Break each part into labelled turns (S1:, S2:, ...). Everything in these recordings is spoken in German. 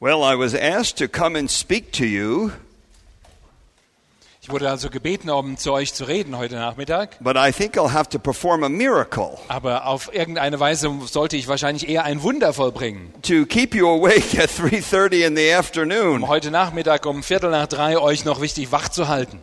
S1: Well, I was asked to come and speak to you,
S2: Ich wurde also gebeten, um zu euch zu reden heute Nachmittag.
S1: but I think I'll have to perform a miracle
S2: Aber auf irgendeine Weise sollte ich wahrscheinlich eher ein Wunder vollbringen.
S1: to keep you awake at 3:30 in the
S2: Um
S1: afternoon.
S2: heute Nachmittag um Viertel nach drei euch noch wichtig wach zu halten.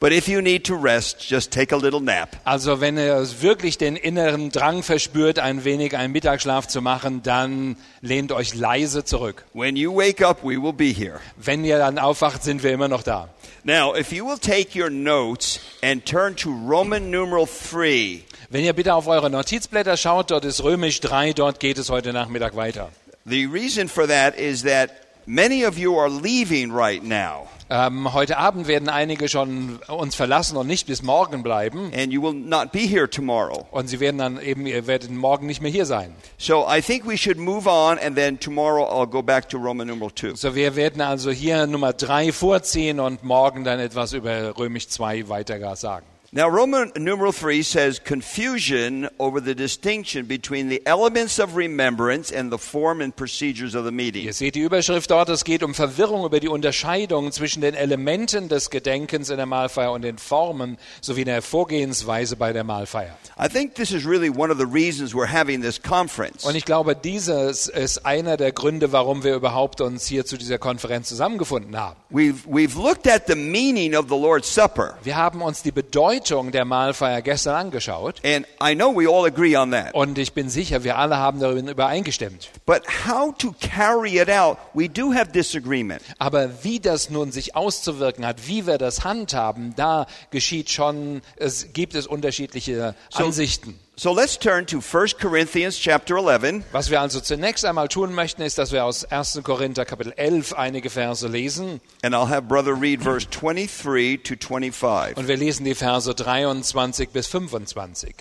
S1: But if you need to rest, just take a little nap.
S2: Also wenn ihr wirklich den inneren Drang verspürt, ein wenig einen Mittagsschlaf zu machen, dann lehnt euch leise zurück.
S1: When you wake up, we will be here.
S2: Wenn ihr dann aufwacht, sind wir immer noch da.
S1: Now, if you will take your notes and turn to Roman numeral 3,
S2: Wenn ihr bitte auf eure Notizblätter schaut, dort ist Römisch 3, dort geht es heute Nachmittag weiter.
S1: the reason for that is that many of you are leaving right now,
S2: Ähm, heute Abend werden einige schon uns verlassen und nicht bis morgen bleiben.
S1: and you will not be here tomorrow.
S2: Und sie werden dann eben, ihr werdet morgen nicht mehr hier sein.
S1: So I think we should move on, and then tomorrow I'll go back to Roman numeral 2.
S2: So, wir werden also hier Nummer 3 vorziehen und morgen dann etwas über Römisch 2 weiter sagen.
S1: Now, Roman numeral 3 says confusion over the distinction between the elements of remembrance and the form and procedures of the meeting.
S2: Ihr seht die Überschrift dort, es geht um Verwirrung über die Unterscheidung zwischen den Elementen des Gedenkens in der Mahlfeier und den Formen sowie der Vorgehensweise bei der Mahlfeier.
S1: I think this is really one of the reasons we're having this conference.
S2: Und ich glaube, dieses ist einer der Gründe, warum wir überhaupt uns hier zu dieser Konferenz zusammengefunden haben.
S1: We've, we've looked at the meaning of the Lord's Supper,
S2: Wir haben uns die Bedeutung der Mahlfeier gestern angeschaut
S1: and I know we all agree on that.
S2: und ich bin sicher, wir alle haben darüber übereingestimmt.
S1: But how to carry it out, we do have disagreement.
S2: Aber wie das nun sich auszuwirken hat, wie wir das handhaben, da geschieht schon, es gibt es unterschiedliche Ansichten.
S1: So let's turn to 1 Corinthians chapter 11,
S2: Was wir also zunächst einmal tun möchten, ist, dass wir aus 1. Korinther Kapitel 11 einige Verse lesen
S1: and I'll have Brother read verse 23 to 25.
S2: und wir lesen die Verse 23 bis 25.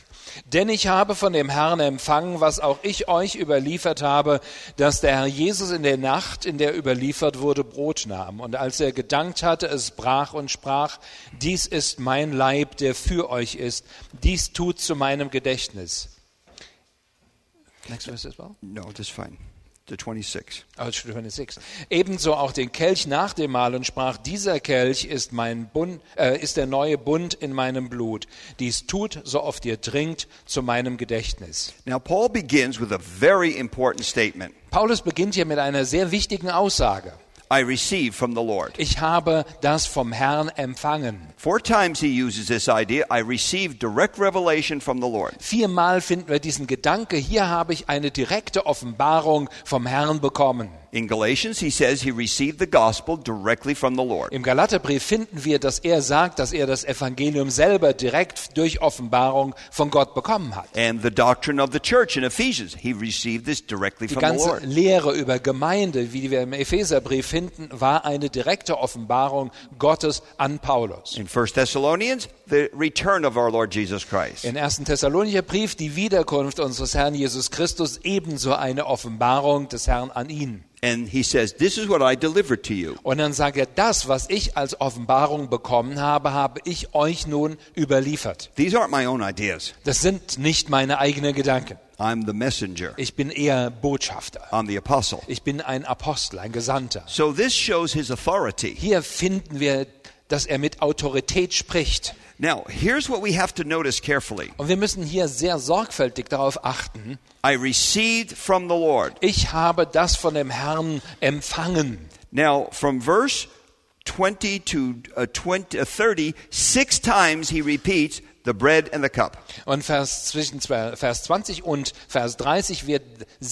S2: Denn ich habe von dem Herrn empfangen, was auch ich euch überliefert habe, dass der Herr Jesus in der Nacht, in der überliefert wurde, Brot nahm und als er gedankt hatte, es brach und sprach, dies ist mein Leib, der für euch ist, dies tut zu meinem Gedächtnis. Next verse as well.
S1: No, just fine. To 26.
S2: Ah, Stelle 26. Ebenso auch den Kelch nach dem Mahl und sprach, dieser Kelch ist, mein Bund, äh, ist der neue Bund in meinem Blut. Dies tut, so oft ihr trinkt, zu meinem Gedächtnis.
S1: Now, Paul begins with a very important statement
S2: Paulus beginnt hier mit einer sehr wichtigen Aussage.
S1: I receive from the Lord.
S2: Ich habe das vom Herrn empfangen.
S1: Four times he uses this idea I receive direct revelation from the Lord.
S2: Viermal finden wir diesen Gedanke, hier habe ich eine direkte Offenbarung vom Herrn bekommen.
S1: In Galatians, he says he received the gospel directly from the Lord.
S2: Im Galaterbrief finden wir, dass er sagt, dass er das Evangelium selber direkt durch Offenbarung von Gott bekommen hat.
S1: And the doctrine of the church in Ephesians, he received this directly
S2: Die
S1: from the
S2: ganze
S1: Lord.
S2: Lehre über Gemeinde, wie wir im Epheserbrief finden, war eine direkte Offenbarung Gottes an Paulus.
S1: In 1 Thessalonians, the return of our Lord Jesus Christ.
S2: In 1. Thessalonicher Brief die Wiederkunft unseres Herrn Jesus Christus ebenso eine Offenbarung des Herrn an ihn.
S1: And he says, This is what I delivered to you.
S2: Und dann sagt er, das, was ich als Offenbarung bekommen habe, habe ich euch nun überliefert.
S1: These aren't my own ideas.
S2: Das sind nicht meine eigenen Gedanken.
S1: I'm the messenger,
S2: Ich bin eher Botschafter.
S1: I'm the apostle.
S2: Ich bin ein Apostel, ein Gesandter.
S1: So this shows his authority.
S2: Hier finden wir, dass er mit Autorität spricht.
S1: Now, here's what we have to notice carefully
S2: Und wir müssen hier sehr sorgfältig darauf achten.
S1: I received from the Lord.
S2: Ich habe das von dem Herrn empfangen.
S1: Now, from verse 20 to uh, 20, uh, 30, six times he repeats the bread and the cup.
S2: Und Vers, zwischen zwei- Vers 20 und Vers 30 wird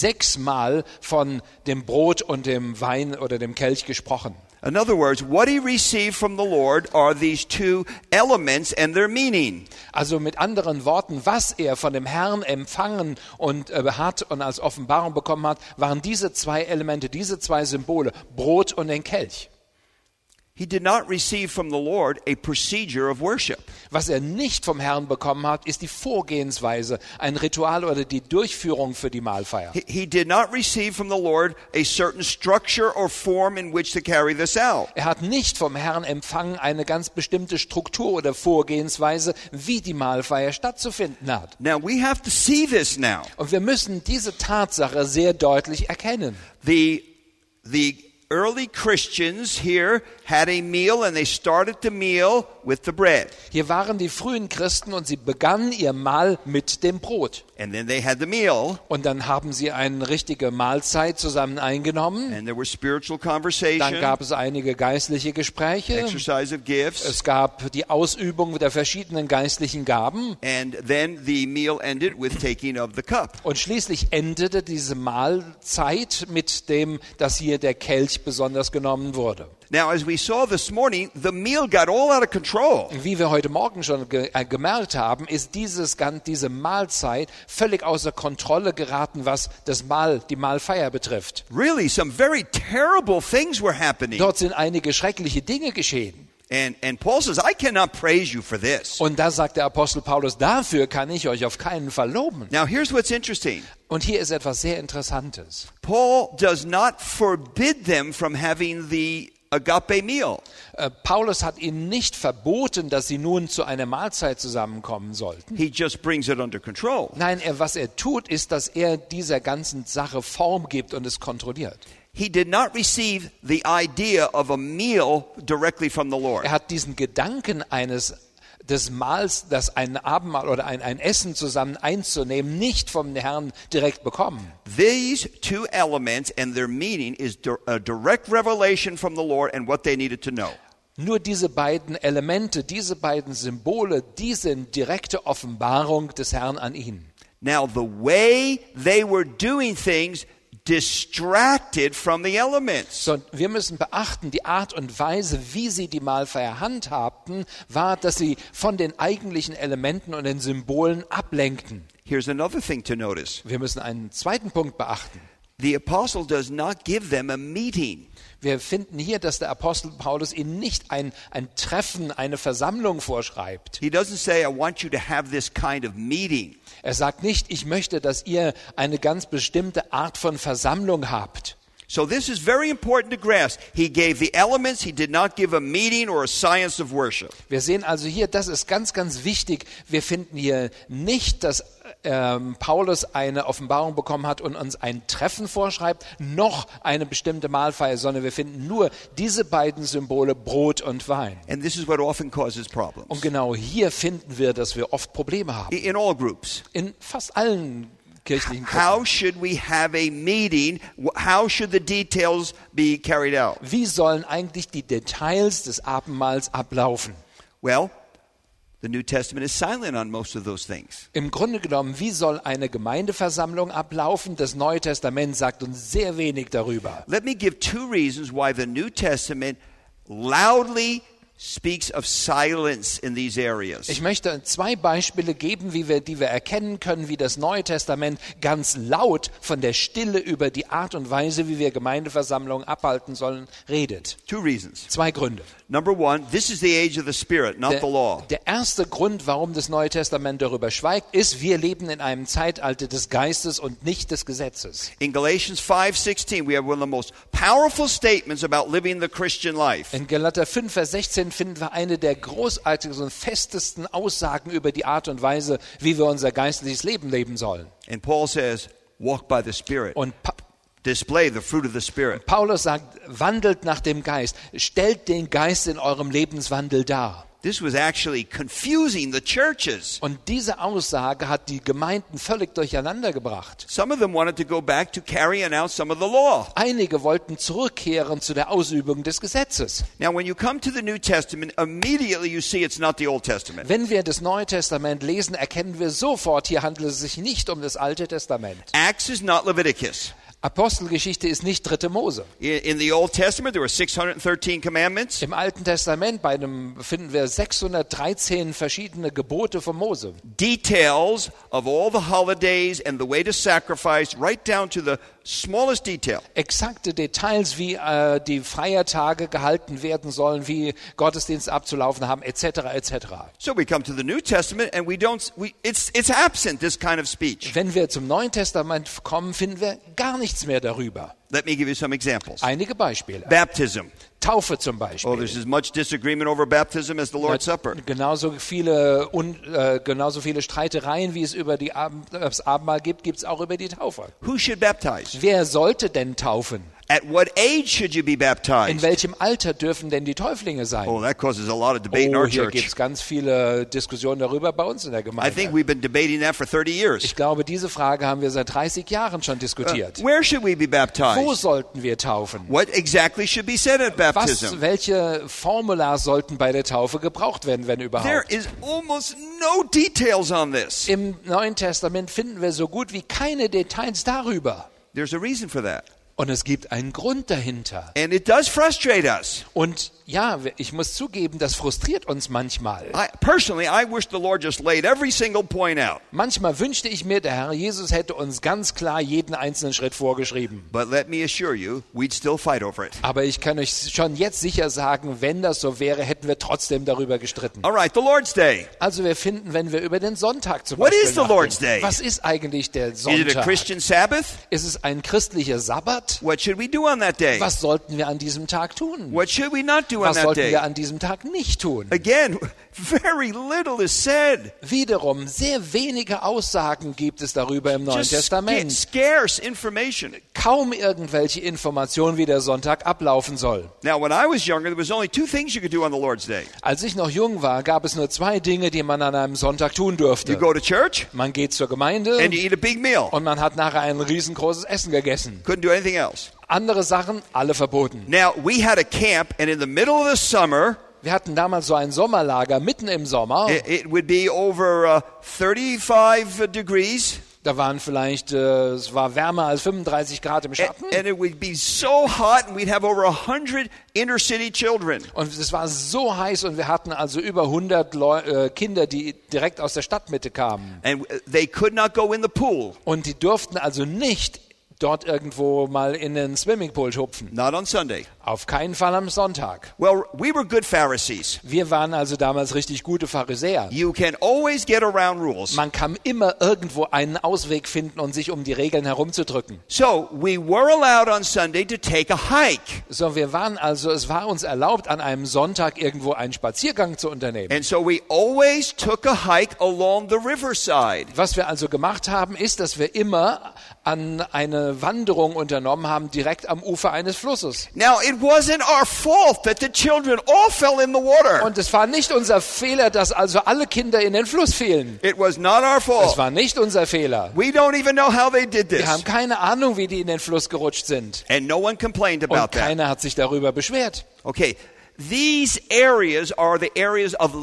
S2: sechsmal von dem Brot und dem Wein oder dem Kelch gesprochen.
S1: In other words, what he received from the Lord are these two elements and their meaning.
S2: Also mit anderen Worten, was er von dem Herrn empfangen und äh, hat und als Offenbarung bekommen hat, waren diese zwei Elemente, diese zwei Symbole, Brot und den Kelch.
S1: He did not receive from the Lord a procedure of worship.
S2: Was er nicht vom Herrn bekommen hat, ist die Vorgehensweise, ein Ritual oder die Durchführung für die Mahlfeier.
S1: He, he did not receive from the Lord a certain structure or form in which to carry this out.
S2: Er hat nicht vom Herrn empfangen eine ganz bestimmte Struktur oder Vorgehensweise, wie die Mahlfeier stattzufinden hat.
S1: Now, we have to see this now.
S2: Und wir müssen diese Tatsache sehr deutlich erkennen.
S1: The the early Christians here had a meal and they started the meal with the bread.
S2: Hier waren die frühen Christen und sie begannen ihr Mahl mit dem Brot.
S1: And then they had the meal
S2: Und dann haben sie eine richtige Mahlzeit zusammen eingenommen.
S1: and there were spiritual
S2: Dann
S1: conversation,
S2: gab es einige geistliche Gespräche.
S1: exercise of gifts,
S2: Es gab die Ausübung der verschiedenen geistlichen Gaben.
S1: and then the meal ended with taking of the cup.
S2: Und schließlich endete diese Mahlzeit mit dem, dass hier der Kelch besonders genommen wurde.
S1: Now, as we saw this morning, the meal got all out of control.
S2: Wie wir heute Morgen schon ge äh, gemerkt haben, ist dieses, gan- diese Mahlzeit völlig außer Kontrolle geraten, was das Mahl, die Mahlfeier betrifft.
S1: Really, some very terrible things were happening.
S2: Dort sind einige schreckliche Dinge geschehen.
S1: And, and Paul says, I cannot praise you for this.
S2: Und da sagt der Apostel Paulus, dafür kann ich euch auf keinen Fall loben.
S1: Now, here's what's interesting
S2: Und hier ist etwas sehr Interessantes.
S1: Paul does not forbid them from having the agape meal.
S2: Äh, Paulus hat ihnen nicht verboten, dass sie nun zu einer Mahlzeit zusammenkommen sollten.
S1: He just brings it under control.
S2: Nein, er, was er tut, ist, dass er dieser ganzen Sache Form gibt und es kontrolliert.
S1: He did not receive the idea of a meal directly from the Lord.
S2: Er hat diesen Gedanken eines des Mahls, das ein Abendmahl oder ein, ein Essen zusammen einzunehmen, nicht vom Herrn direkt bekommen.
S1: These two elements and their meaning is di- a direct revelation from the Lord and what they needed to know.
S2: Nur diese beiden Elemente, diese beiden Symbole, die sind direkte Offenbarung des Herrn an ihn.
S1: Now, the way they were doing things distracted from the elements.
S2: So, wir müssen beachten, die Art und Weise, wie sie die Mahlfeier handhabten, war, dass sie von den eigentlichen Elementen und den Symbolen ablenkten.
S1: Here's another thing to notice
S2: Wir müssen einen zweiten Punkt beachten.
S1: the apostle does not give them a meeting.
S2: Wir finden hier, dass der Apostel Paulus ihnen nicht ein, ein Treffen, eine Versammlung vorschreibt.
S1: He doesn't say, I want you to have this kind of meeting.
S2: Er sagt nicht, ich möchte, dass ihr eine ganz bestimmte Art von Versammlung habt.
S1: So, this is very important to grasp. He gave the elements, he did not give a meeting or a science of worship.
S2: Wir sehen also hier, das ist ganz, ganz wichtig. Wir finden hier nicht, dass ähm, Paulus eine Offenbarung bekommen hat und uns ein Treffen vorschreibt, noch eine bestimmte Mahlfeier, sondern wir finden nur diese beiden Symbole Brot und Wein.
S1: And this is what often causes problems
S2: Und genau hier finden wir, dass wir oft Probleme haben.
S1: in all groups.
S2: In fast allen kirchlichen Gruppen.
S1: How should we have a meeting? Wh- How should the details be carried out?
S2: Wie sollen eigentlich die Details des Abendmahls ablaufen?
S1: Well, the New Testament is silent on most of those things.
S2: Im Grunde genommen, wie soll eine Gemeindeversammlung ablaufen? Das Neue Testament sagt uns sehr wenig darüber.
S1: Let me give two reasons why the New Testament loudly speaks of silence in these areas.
S2: Ich möchte zwei Beispiele geben, wie wir, die wir erkennen können, wie das Neue Testament ganz laut von der Stille über die Art und Weise, wie wir Gemeindeversammlungen abhalten sollen, redet.
S1: Two reasons.
S2: Zwei Gründe.
S1: Number one, this is the age of the Spirit, not the
S2: Der,
S1: law.
S2: der erste Grund, warum das Neue Testament darüber schweigt, ist, wir leben in einem Zeitalter des Geistes und nicht des Gesetzes.
S1: In Galatians 5:16, we have one of the most powerful statements about living the Christian life.
S2: In Galater 5, Vers 16 finden wir eine der großartigsten und festesten Aussagen über die Art und Weise, wie wir unser geistliches Leben leben sollen.
S1: And Paul says, "Walk by the Spirit,
S2: Und pa
S1: display the fruit of the Spirit."
S2: Paulus sagt, wandelt nach dem Geist, stellt den Geist in eurem Lebenswandel dar.
S1: This was actually confusing the churches.
S2: Und diese Aussage hat die Gemeinden völlig durcheinander gebracht.
S1: Some of them wanted to go back to carrying out some of the law.
S2: Einige wollten zurückkehren zu der Ausübung des Gesetzes.
S1: Now, when you come to the New Testament, immediately you see it's not the Old Testament.
S2: Wenn wir das Neue Testament lesen, erkennen wir sofort, hier handelt es sich nicht um das Alte Testament.
S1: Acts is not Leviticus.
S2: Apostelgeschichte ist nicht dritte Mose.
S1: I- In the Old Testament, there were 613 commandments.
S2: Im Alten Testament bei einem finden wir 613 verschiedene Gebote von Mose.
S1: Details of all the holidays and the way to sacrifice, right down to the smallest detail.
S2: Exakte Details, wie äh, die Feiertage gehalten werden sollen, wie Gottesdienste abzulaufen haben, etc. etc.
S1: So we come to the New Testament, and we don't. We, it's it's absent this kind of speech.
S2: Wenn wir zum Neuen Testament kommen, finden wir gar nichts mehr darüber.
S1: Let me give you some examples.
S2: Einige Beispiele.
S1: Baptism.
S2: Taufe zum
S1: Oh,
S2: Beispiel.
S1: there's as much disagreement over baptism as the Lord's Supper.
S2: Genauso viele, un, äh, genauso viele Streitereien, wie es über äh, die Abend, das Abendmahl gibt, gibt es auch über die Taufe.
S1: Who should baptize?
S2: Wer sollte denn taufen?
S1: At what age should you be
S2: In
S1: baptized?
S2: welchem Alter dürfen denn die Täuflinge sein?
S1: Oh, that causes a lot of debate in
S2: Oh,
S1: our
S2: hier gibt
S1: church.
S2: es ganz viele Diskussionen darüber bei uns in der
S1: I think
S2: Gemeinde.
S1: we've been debating that for 30 years.
S2: Ich glaube, diese Frage haben wir seit 30 Jahren schon diskutiert.
S1: Where should we be
S2: Wo
S1: baptized?
S2: sollten wir taufen?
S1: What exactly should be said at
S2: Was,
S1: baptism?
S2: welche Formula sollten bei der Taufe gebraucht werden, wenn
S1: There
S2: überhaupt?
S1: is almost no details on this.
S2: Im Neuen Testament finden wir so gut wie keine Details darüber.
S1: There's a reason for that.
S2: Und es gibt einen Grund dahinter.
S1: And it does frustrate us.
S2: Und ja, ich muss zugeben, das frustriert uns manchmal.
S1: I, personally, I wish the Lord just laid every single point out.
S2: Manchmal wünschte ich mir, der Herr Jesus hätte uns ganz klar jeden einzelnen Schritt vorgeschrieben.
S1: But let me assure you, we'd still fight over it.
S2: Aber ich kann euch schon jetzt sicher sagen, wenn das so wäre, hätten wir trotzdem darüber gestritten.
S1: All right, the Lord's Day.
S2: Also wir finden, wenn wir über den Sonntag zum
S1: What
S2: Beispiel
S1: is the Lord's
S2: nachdenken,
S1: Day?
S2: was ist eigentlich der
S1: Is it a
S2: Sonntag?
S1: Christian Sabbath?
S2: Ist es ein christlicher Sabbat?
S1: What should we do on that day?
S2: Was sollten wir an diesem Tag tun?
S1: What should we not do on
S2: Was
S1: that
S2: sollten wir
S1: day?
S2: an diesem Tag nicht tun?
S1: Again, very little is said.
S2: Wiederum, sehr wenige Aussagen gibt es darüber im Neuen
S1: Just sca-
S2: Testament.
S1: scarce information.
S2: Kaum irgendwelche Informationen, wie der Sonntag ablaufen soll.
S1: Now, when I was younger, there was only two things you could do on the Lord's Day.
S2: Als ich noch jung war, gab es nur zwei Dinge, die man an einem Sonntag tun
S1: You
S2: durfte.
S1: go to church
S2: Man geht zur
S1: and
S2: Gemeinde
S1: you eat a big meal.
S2: und man hat nachher ein riesengroßes Essen gegessen.
S1: Couldn't do anything else.
S2: Andere Sachen, alle verboten.
S1: Now, we had a camp, and in the middle of the summer,
S2: Wir hatten damals so ein Sommerlager mitten im Sommer.
S1: it, it would be over uh, 35 degrees,
S2: Da waren vielleicht, äh, es war wärmer als 35 Grad im
S1: a-
S2: Schatten.
S1: and it would be so hot, and we'd have over 100 inner city children.
S2: Und es war so heiß und wir hatten also über 100 Leu äh, Kinder, die direkt aus der Stadtmitte kamen.
S1: And uh, they could not go in the pool,
S2: Und die durften also nicht dort irgendwo mal in den Swimmingpool hupfen.
S1: not on Sunday.
S2: Auf keinen Fall am Sonntag.
S1: Well, we were good Pharisees.
S2: Wir waren also damals richtig gute Pharisäer.
S1: You can always get around rules.
S2: Man kann immer irgendwo einen Ausweg finden und sich um die Regeln herumzudrücken.
S1: So we were allowed on Sunday to take a hike.
S2: So, wir waren also, es war uns erlaubt, an einem Sonntag irgendwo einen Spaziergang zu unternehmen.
S1: And so we always took a hike along the riverside.
S2: Was wir also gemacht haben, ist, dass wir immer an eine Wanderung unternommen haben, direkt am Ufer eines Flusses.
S1: Now, it wasn't our fault that the children all fell in the water.
S2: Und es war nicht unser Fehler, dass also alle Kinder in den Fluss fielen.
S1: It was not our
S2: Es
S1: fault.
S2: war nicht unser Fehler.
S1: We don't even know how they did
S2: Wir haben
S1: this.
S2: keine Ahnung, wie die in den Fluss gerutscht sind.
S1: And no one complained
S2: Und
S1: about that.
S2: keiner hat sich darüber beschwert.
S1: Okay, these areas are the areas of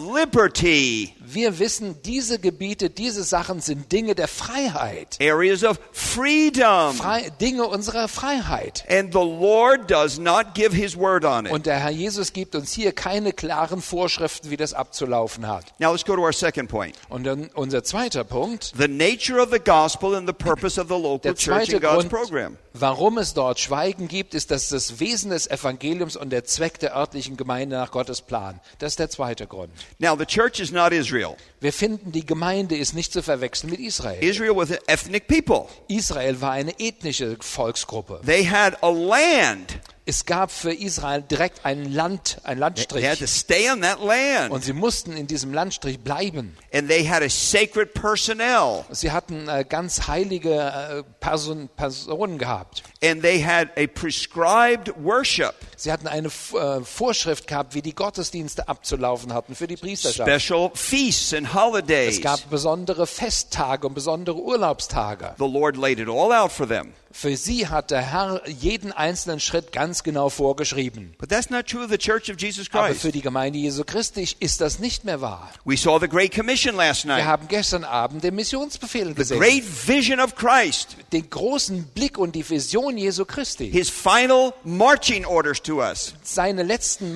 S1: liberty,
S2: Wir wissen, diese Gebiete, diese Sachen sind Dinge der Freiheit.
S1: areas of freedom.
S2: Frei, Dinge unserer Freiheit.
S1: And the Lord does not give his word on it.
S2: Und der Herr Jesus gibt uns hier keine klaren Vorschriften, wie das abzulaufen hat.
S1: Now, let's go to our second point
S2: Und dann unser zweiter Punkt.
S1: the nature of the gospel and the purpose of the local
S2: Der
S1: church
S2: zweite
S1: and God's
S2: Grund,
S1: program.
S2: warum es dort Schweigen gibt, ist, dass das Wesen des Evangeliums und der Zweck der örtlichen Gemeinde nach Gottes Plan. Das ist der zweite Grund.
S1: Now, the church is not Israel.
S2: Wir finden, die Gemeinde ist nicht zu verwechseln mit Israel.
S1: Israel was an ethnic people.
S2: Israel war eine ethnische Volksgruppe.
S1: They had a land.
S2: Es gab für Israel direkt ein Land, ein
S1: They had to
S2: Landstrich.
S1: stay on that land.
S2: Und sie mussten in diesem Landstrich bleiben.
S1: And they had a sacred personnel.
S2: Sie hatten äh, ganz heilige äh, Person, Personen gehabt.
S1: And they had a prescribed worship.
S2: Sie hatten eine F- äh, Vorschrift gehabt, wie die Gottesdienste abzulaufen hatten für die Priesterschaft.
S1: Special feasts and holidays.
S2: Es gab besondere Festtage und besondere Urlaubstage.
S1: The Lord laid it all out for them.
S2: Für sie hat der Herr jeden einzelnen Schritt ganz genau vorgeschrieben.
S1: But that's not true of the church of Jesus
S2: Aber
S1: Christ.
S2: für die Gemeinde Jesu Christi ist das nicht mehr wahr.
S1: We saw the Great Commission last
S2: Wir
S1: night.
S2: haben gestern Abend den Missionsbefehl
S1: The
S2: gesehen.
S1: great vision of Christ.
S2: Den großen Blick und die Vision Jesu Christi.
S1: His final marching orders to us.
S2: Seine letzten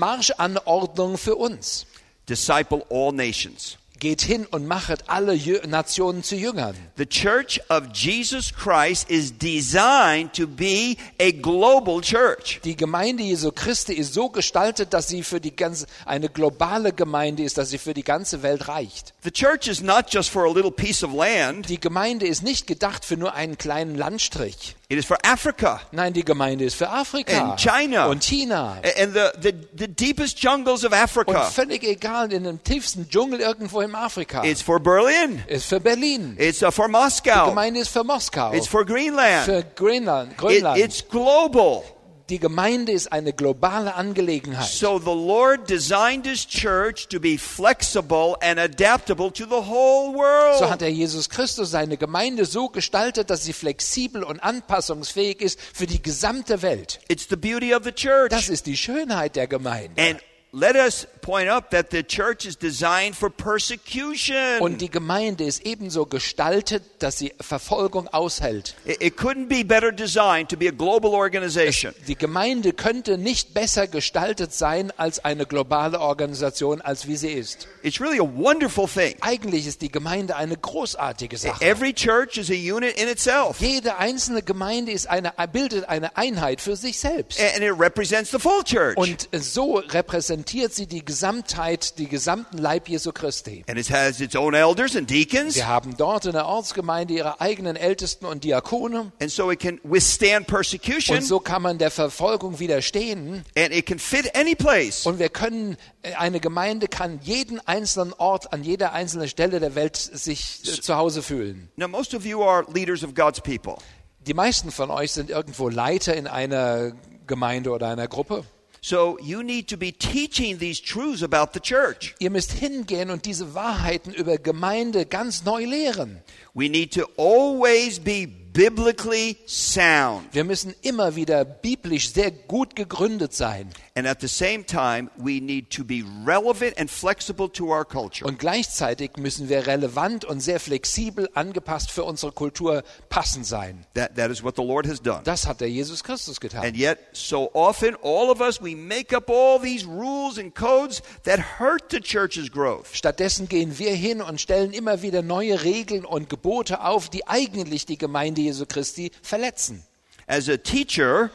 S2: Marschanordnungen für uns.
S1: Disciple all nations.
S2: Geht hin und machet alle Jü- Nationen zu Jüngern.
S1: The church of Jesus Christ is designed to be a global church.
S2: Die Gemeinde Jesu Christi ist so gestaltet, dass sie für die ganze, eine globale Gemeinde ist, dass sie für die ganze Welt reicht.
S1: The church is not just for a little piece of land,
S2: Die Gemeinde ist nicht gedacht für nur einen kleinen Landstrich.
S1: it is for Africa
S2: Nein, die Gemeinde ist für Afrika
S1: And China.
S2: und China.
S1: a- and the, the, the deepest jungles of
S2: Und
S1: Africa.
S2: völlig egal, in dem tiefsten Dschungel irgendwo in Afrika.
S1: It's for Berlin,
S2: ist für Berlin.
S1: it's uh, for
S2: Die
S1: Moscow,
S2: Gemeinde ist für Moskau.
S1: it's for Greenland.
S2: für Greenland.
S1: It-
S2: Grönland.
S1: it's global.
S2: die Gemeinde ist eine globale Angelegenheit.
S1: So the Lord designed his church to be flexible and adaptable to the whole world.
S2: So hat der Jesus Christus seine Gemeinde so gestaltet, dass sie flexibel und anpassungsfähig ist für die gesamte Welt.
S1: it's the beauty of the church.
S2: Das ist die Schönheit der Gemeinde.
S1: and let us point out that the church is designed for persecution.
S2: Und die Gemeinde ist ebenso gestaltet, dass sie Verfolgung aushält.
S1: it, it couldn't be better designed to be a global organization.
S2: Die Gemeinde könnte nicht besser gestaltet sein als eine globale Organisation, als wie sie ist.
S1: It's really a wonderful thing.
S2: Eigentlich ist die Gemeinde eine großartige Sache.
S1: Every church is a unit in itself.
S2: Jede einzelne Gemeinde ist eine, bildet eine Einheit für sich selbst.
S1: and it represents the full church.
S2: Und so repräsentiert sie die Gesamtheit, die gesamten Leib Jesu Christi.
S1: and it has its own elders and deacons.
S2: Sie haben dort in der Ortsgemeinde ihre eigenen Ältesten und Diakone.
S1: And so it can withstand persecution
S2: Und so kann man der Verfolgung widerstehen.
S1: and it can fit any place.
S2: Und wir können, äh, eine Gemeinde kann jeden einzelnen Ort, an jeder einzelnen Stelle der Welt sich äh, zu Hause fühlen.
S1: Now, most of you are leaders of God's people.
S2: Die meisten von euch sind irgendwo Leiter in einer Gemeinde oder einer Gruppe.
S1: So you need to be teaching these truths about the church.
S2: Ihr müsst hingehen und diese Wahrheiten über Gemeinde ganz neu lehren.
S1: We need to always be biblically sound.
S2: Wir müssen immer wieder biblisch sehr gut gegründet sein.
S1: And at the same time, we need to be relevant and flexible to our culture.
S2: Und gleichzeitig müssen wir relevant und sehr flexibel angepasst für unsere Kultur passend sein.
S1: That, that is what the Lord has done.
S2: Das hat der Jesus Christus getan.
S1: And yet, so often, all of us, we make up all these rules and codes that hurt the church's growth.
S2: Stattdessen gehen wir hin und stellen immer wieder neue Regeln und Gebote auf, die eigentlich die Gemeinde Jesu Christi verletzen.
S1: As a teacher,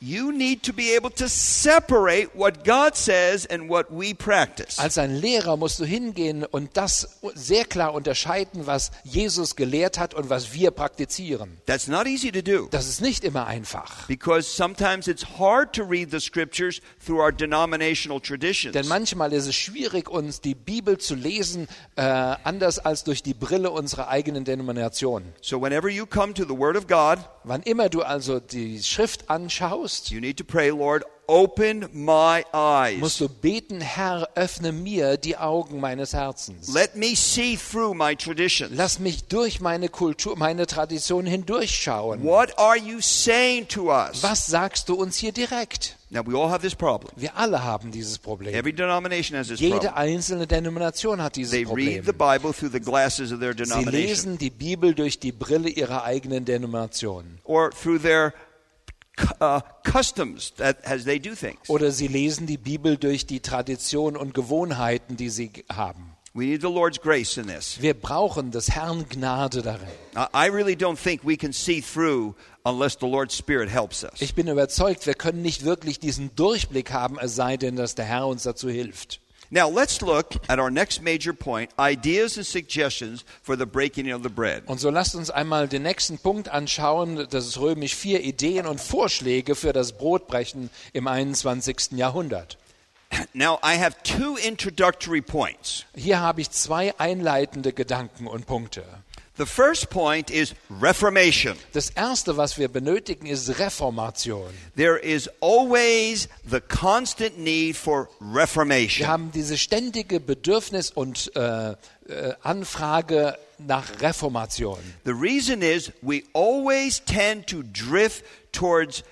S1: you need to be able to separate what God says and what we practice.
S2: Als ein Lehrer musst du hingehen und das sehr klar unterscheiden, was Jesus gelehrt hat und was wir praktizieren.
S1: That's not easy to do
S2: Das ist nicht immer einfach.
S1: because sometimes it's hard to read the scriptures through our denominational traditions.
S2: Denn manchmal ist es schwierig, uns die Bibel zu lesen, äh, anders als durch die Brille unserer eigenen Denomination.
S1: So, whenever you come to the Word of God,
S2: Wann immer du also die Schrift anschaust,
S1: you need to pray, Lord, open my eyes.
S2: musst du beten, Herr, öffne mir die Augen meines Herzens.
S1: Let me see through my traditions.
S2: Lass mich durch meine Kultur, meine Tradition hindurchschauen.
S1: What are you saying to us?
S2: Was sagst du uns hier direkt?
S1: Now, we all have this problem.
S2: Wir alle haben dieses Problem.
S1: Every denomination has this problem.
S2: Jede einzelne Denomination hat dieses
S1: They read
S2: Problem.
S1: the Bible through the glasses of their
S2: Sie
S1: denomination
S2: lesen die Bibel durch die Brille ihrer eigenen Denomination.
S1: or through their uh, customs that, as they do things.
S2: Oder sie lesen die Bibel durch die Tradition und Gewohnheiten, die sie g- haben.
S1: We need the Lord's grace in this.
S2: Wir brauchen des Herrn Gnade darin.
S1: I I really don't think we can see through unless the Lord's Spirit helps us.
S2: Ich bin überzeugt, wir können nicht wirklich diesen Durchblick haben, es sei denn, dass der Herr uns dazu hilft.
S1: Now, let's look at our next major point ideas and suggestions for the breaking of the bread.
S2: Und so lasst uns einmal den nächsten Punkt anschauen, das ist Römisch 4, Ideen und Vorschläge für das Brotbrechen im 21. Jahrhundert.
S1: Now, I have two introductory points.
S2: Hier habe ich zwei einleitende Gedanken und Punkte.
S1: The first point is reformation.
S2: Das Erste, was wir benötigen, ist Reformation.
S1: There is always the constant need for reformation.
S2: Wir haben diese ständige Bedürfnis und äh, äh, Anfrage nach Reformation.
S1: The reason is we always tend to drift towards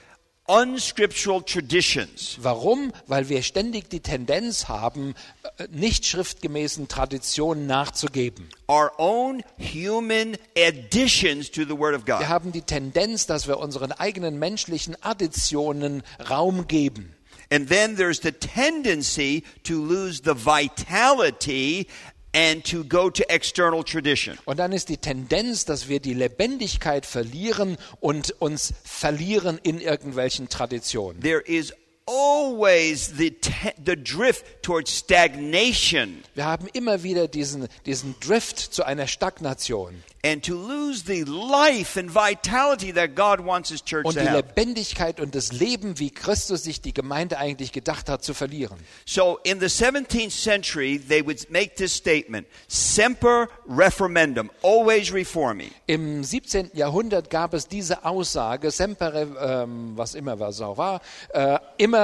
S1: unscriptural traditions.
S2: Warum? Weil wir ständig die Tendenz haben, äh, nicht schriftgemäßen Traditionen nachzugeben.
S1: Our own human additions to the Word of
S2: Wir
S1: God.
S2: haben die Tendenz, dass wir unseren eigenen menschlichen Additionen Raum geben.
S1: And then there's the tendency to lose the vitality and to go to external tradition.
S2: Und dann ist die Tendenz, dass wir die Lebendigkeit verlieren und uns verlieren in irgendwelchen Traditionen.
S1: There is always the, te- the drift towards stagnation.
S2: Wir haben immer wieder diesen, diesen Drift zu einer Stagnation
S1: and to lose the life and vitality that God wants His church
S2: und
S1: to
S2: die
S1: have.
S2: Lebendigkeit und das Leben, wie Christus sich die Gemeinde eigentlich gedacht hat, zu verlieren.
S1: So in the 17th century, they would make this statement Semper reformendum, always reforming.
S2: Im 17. Jahrhundert gab es diese Aussage, Semper, ähm, was immer was auch war, äh, immer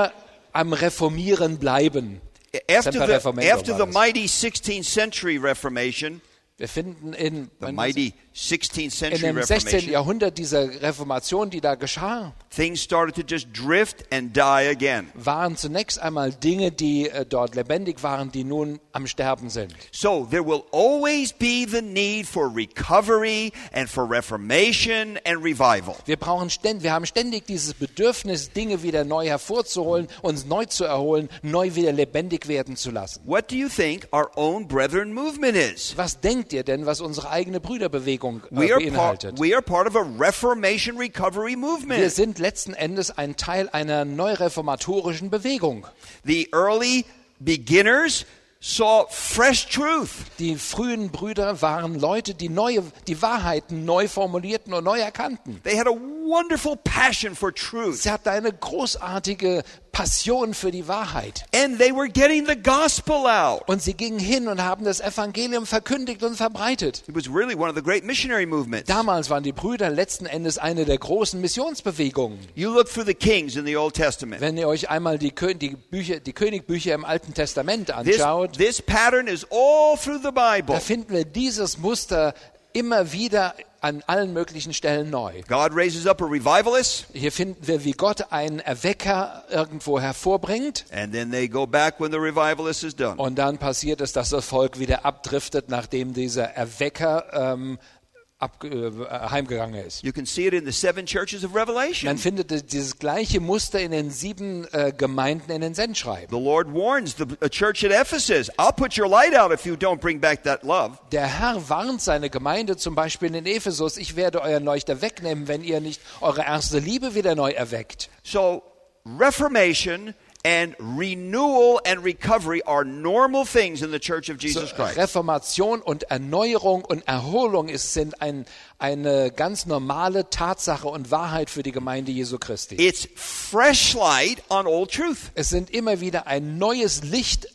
S2: am Reformieren bleiben.
S1: After,
S2: Semper
S1: the,
S2: reformendum
S1: after
S2: war
S1: the
S2: das.
S1: mighty 16th century Reformation,
S2: Wir finden in,
S1: the mighty 16th
S2: in
S1: century
S2: dem 16.
S1: Reformation,
S2: Jahrhundert dieser Reformation, die da geschah,
S1: things started to just drift and die again.
S2: waren zunächst einmal Dinge, die äh, dort lebendig waren, die nun am Sterben sind.
S1: So there will always be the need for recovery and for reformation and revival.
S2: Wir, brauchen ständ, wir haben ständig dieses Bedürfnis, Dinge wieder neu hervorzuholen, uns neu zu erholen, neu wieder lebendig werden zu lassen.
S1: What do you think our own brethren movement is?
S2: Was denkt ihr denn, was unsere eigene Brüderbewegung äh,
S1: We are, part,
S2: beinhaltet?
S1: we are part of a Reformation recovery
S2: Wir
S1: movement.
S2: sind letzten Endes ein Teil einer neureformatorischen Bewegung.
S1: The early beginners saw fresh truth.
S2: Die frühen Brüder waren Leute, die neue, die Wahrheiten neu formulierten und neu erkannten.
S1: They had a wonderful passion for truth.
S2: Sie hatten eine großartige Passion für die Wahrheit.
S1: And they were getting the gospel out.
S2: Und sie gingen hin und haben das Evangelium verkündigt und verbreitet.
S1: It was really one of the great missionary movements.
S2: Damals waren die Brüder letzten Endes eine der großen Missionsbewegungen.
S1: You look through the kings in the Old Testament.
S2: Wenn ihr euch einmal die, Kö die, Bücher, die Königbücher im Alten Testament
S1: This,
S2: anschaut,
S1: this pattern is all through the Bible.
S2: da finden wir dieses Muster immer wieder an allen möglichen Stellen neu.
S1: God raises up a revivalist,
S2: Hier finden wir, wie Gott einen Erwecker irgendwo hervorbringt.
S1: and then they go back when the revivalist is done.
S2: Und dann passiert es, dass das Volk wieder abdriftet, nachdem dieser Erwecker ähm, abge- äh, heimgegangen ist.
S1: You can see it in the seven churches of
S2: Man
S1: Revelation.
S2: findet das- dieses gleiche Muster in den sieben äh, Gemeinden in den Sendschreiben.
S1: The Lord warns the a church at Ephesus, I'll put your light out if you don't bring back that love.
S2: Der Herr warnt seine Gemeinde zum Beispiel in Ephesus, ich werde euren Leuchter wegnehmen, wenn ihr nicht eure erste Liebe wieder neu erweckt.
S1: So, reformation and renewal and recovery are normal things in the church of Jesus
S2: uh,
S1: Christ.
S2: Reformation und Erneuerung und Erholung ist, sind ein, eine ganz normale Tatsache und Wahrheit für die Gemeinde Jesu Christi.
S1: It's fresh light on old truth.
S2: Es sind immer wieder ein neues Licht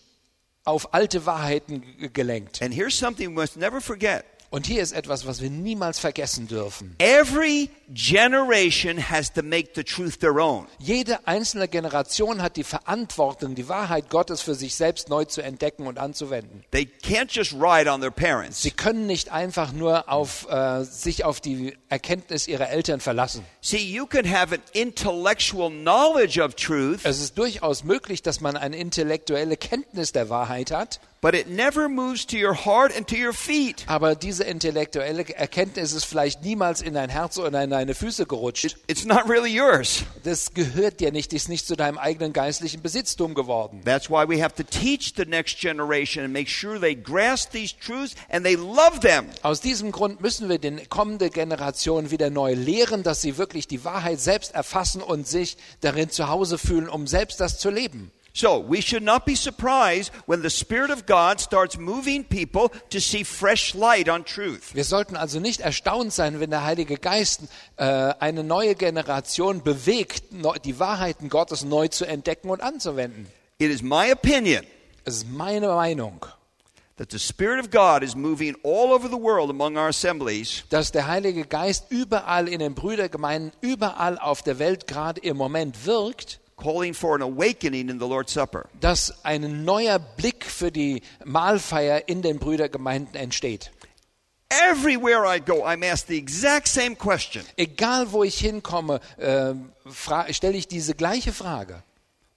S2: auf alte Wahrheiten g- gelenkt.
S1: And here's something we must never forget.
S2: Und hier ist etwas, was wir niemals vergessen dürfen.
S1: Every generation has to make the truth their own.
S2: Jede einzelne Generation hat die Verantwortung, die Wahrheit Gottes für sich selbst neu zu entdecken und anzuwenden.
S1: They can't just ride on their parents.
S2: Sie können nicht einfach nur auf, äh, sich auf die Erkenntnis ihrer Eltern verlassen.
S1: See, you can have an intellectual knowledge of truth,
S2: Es ist durchaus möglich, dass man eine intellektuelle Kenntnis der Wahrheit hat,
S1: but it never moves to your heart and to your feet.
S2: aber diese intellektuelle Erkenntnis ist vielleicht niemals in dein Herz oder in deine Füße gerutscht.
S1: It's not really yours.
S2: Das gehört dir nicht, ist nicht zu deinem eigenen geistlichen Besitztum geworden.
S1: That's why we have to teach the next generation and make sure they grasp these truths and they love them.
S2: Aus diesem Grund müssen wir den kommende Generation wieder neu lehren, dass sie wirklich die Wahrheit selbst erfassen und sich darin zu Hause fühlen, um selbst das zu leben.
S1: So, we should not be surprised when the Spirit of God starts moving people to see fresh light on truth.
S2: Wir sollten also nicht erstaunt sein, wenn der Heilige Geist äh, eine neue Generation bewegt, neu, die Wahrheiten Gottes neu zu entdecken und anzuwenden.
S1: It is my opinion
S2: Es ist meine Meinung,
S1: that the Spirit of God is moving all over the world among our assemblies.
S2: dass der Heilige Geist überall in den Brüdergemeinden, überall auf der Welt gerade im Moment wirkt,
S1: calling for an awakening in the Lord's Supper.
S2: dass ein neuer Blick für die Mahlfeier in den Brüdergemeinden entsteht.
S1: Everywhere I go, I'm asked the exact same question
S2: Egal wo ich hinkomme, ähm, fra- stelle ich diese gleiche Frage.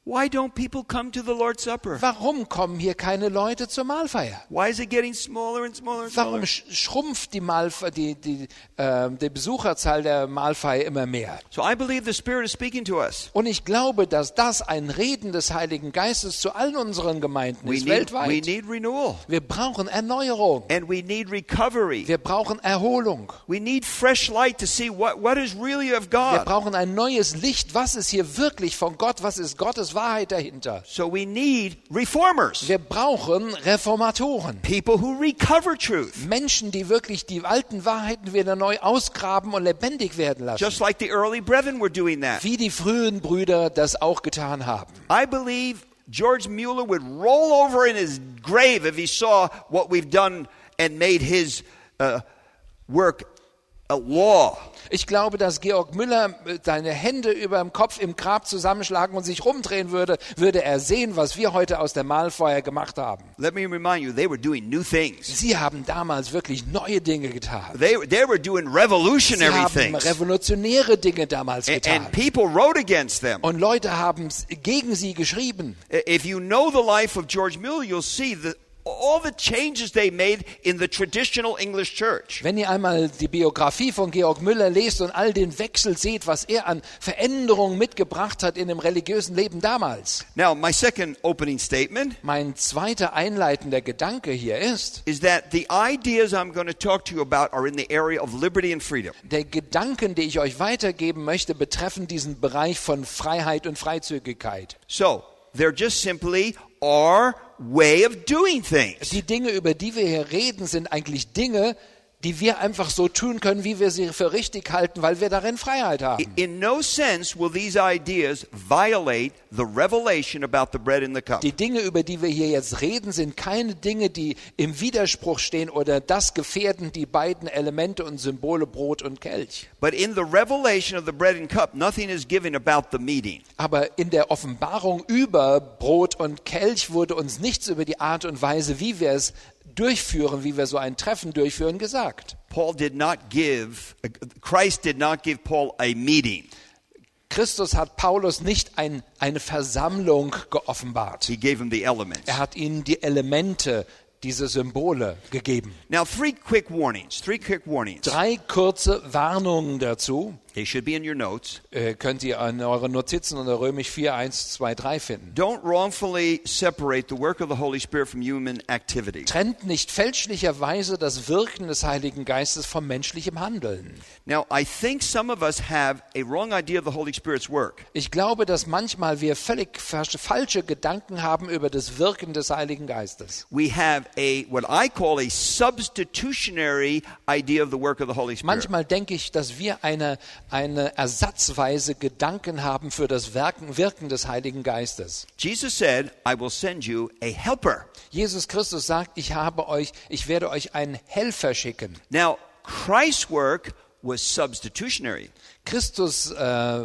S1: Why don't people come to the Lord's Supper?
S2: Warum kommen hier keine Leute zur Mahlfeier?
S1: Why is it getting smaller and smaller and smaller?
S2: Warum sch- schrumpft die, Mahlfe die, die, ähm, die Besucherzahl der Mahlfeier immer mehr?
S1: So I believe the Spirit is speaking to us.
S2: Und ich glaube, dass das ein Reden des Heiligen Geistes zu allen unseren Gemeinden
S1: We
S2: ist,
S1: need, we
S2: weltweit.
S1: need renewal
S2: Wir brauchen Erneuerung.
S1: and we need recovery.
S2: Wir brauchen Erholung.
S1: We need fresh light to see what, what is really of
S2: Wir
S1: God.
S2: brauchen ein neues Licht. Was ist hier wirklich von Gott? Was ist Gottes ist Wahrheit dahinter.
S1: So we need reformers,
S2: Wir brauchen Reformatoren.
S1: people who recover truth,
S2: Menschen, die wirklich die alten Wahrheiten wieder neu ausgraben und lebendig werden lassen.
S1: just like the early brethren were doing that.
S2: Wie die frühen Brüder das auch getan haben.
S1: I believe George Mueller would roll over in his grave if he saw what we've done and made his uh, work a law.
S2: Ich glaube, dass Georg Müller äh, seine Hände über dem Kopf im Grab zusammenschlagen und sich rumdrehen würde, würde er sehen, was wir heute aus der Mahlfeuer gemacht haben.
S1: Let me remind you, they were doing new things.
S2: Sie haben damals wirklich neue Dinge getan.
S1: They, they were doing
S2: Sie
S1: revolutionary
S2: haben
S1: things.
S2: revolutionäre Dinge damals
S1: A-
S2: getan.
S1: And people wrote against them.
S2: Und Leute haben s- gegen sie geschrieben.
S1: I- If you know the life of George Mueller, you'll see the, all the changes they made in the traditional English church.
S2: Wenn ihr einmal die Biografie von Georg Müller lest und all den Wechsel seht, was er an Veränderungen mitgebracht hat in dem religiösen Leben damals.
S1: Now, my second opening statement
S2: Mein zweiter einleitender Gedanke hier ist,
S1: is that the ideas I'm going to talk to you about are in the area of liberty and freedom.
S2: der Gedanken, die ich euch weitergeben möchte, betreffen diesen Bereich von Freiheit und Freizügigkeit.
S1: So, they're just simply our way of doing things.
S2: Die Dinge, über die wir hier reden, sind eigentlich Dinge, die wir einfach so tun können, wie wir sie für richtig halten, weil wir darin Freiheit
S1: I-
S2: haben.
S1: In no sense will these ideas violate the revelation about the bread and the cup.
S2: Die Dinge, über die wir hier jetzt reden, sind keine Dinge, die im Widerspruch stehen oder das gefährden die beiden Elemente und Symbole Brot und Kelch.
S1: But in the revelation of the bread and cup, nothing is given about the meeting.
S2: Aber in der Offenbarung über Brot und Kelch wurde uns nichts über die Art und Weise, wie wir es durchführen, wie wir so ein Treffen durchführen, gesagt.
S1: Paul did not give, Christ did not give Paul a meeting.
S2: Christus hat Paulus nicht ein, eine Versammlung geoffenbart.
S1: He gave him the elements.
S2: Er hat ihnen die Elemente, diese Symbole gegeben.
S1: Now, three quick warnings. Three quick warnings.
S2: Drei kurze Warnungen dazu.
S1: They should be in your notes.
S2: äh, könnt ihr in euren Notizen unter Römisch 4, 1, 2, 3 finden.
S1: Don't wrongfully separate the work of the Holy Spirit from human activity.
S2: Trennt nicht fälschlicherweise das Wirken des Heiligen Geistes vom menschlichen Handeln.
S1: Now, I think some of us have a wrong idea of the Holy Spirit's work.
S2: Ich glaube, dass manchmal wir völlig fas- falsche Gedanken haben über das Wirken des Heiligen Geistes.
S1: We have a what I call a substitutionary idea of the work of the Holy Spirit.
S2: Manchmal denke ich, dass wir eine, eine ersatzweise Gedanken haben für das Werken, Wirken des Heiligen Geistes.
S1: Jesus said, "I will send you a helper."
S2: Jesus Christus sagt, ich habe euch, ich werde euch einen Helfer schicken.
S1: Now, Christ's work was substitutionary.
S2: Christus, äh,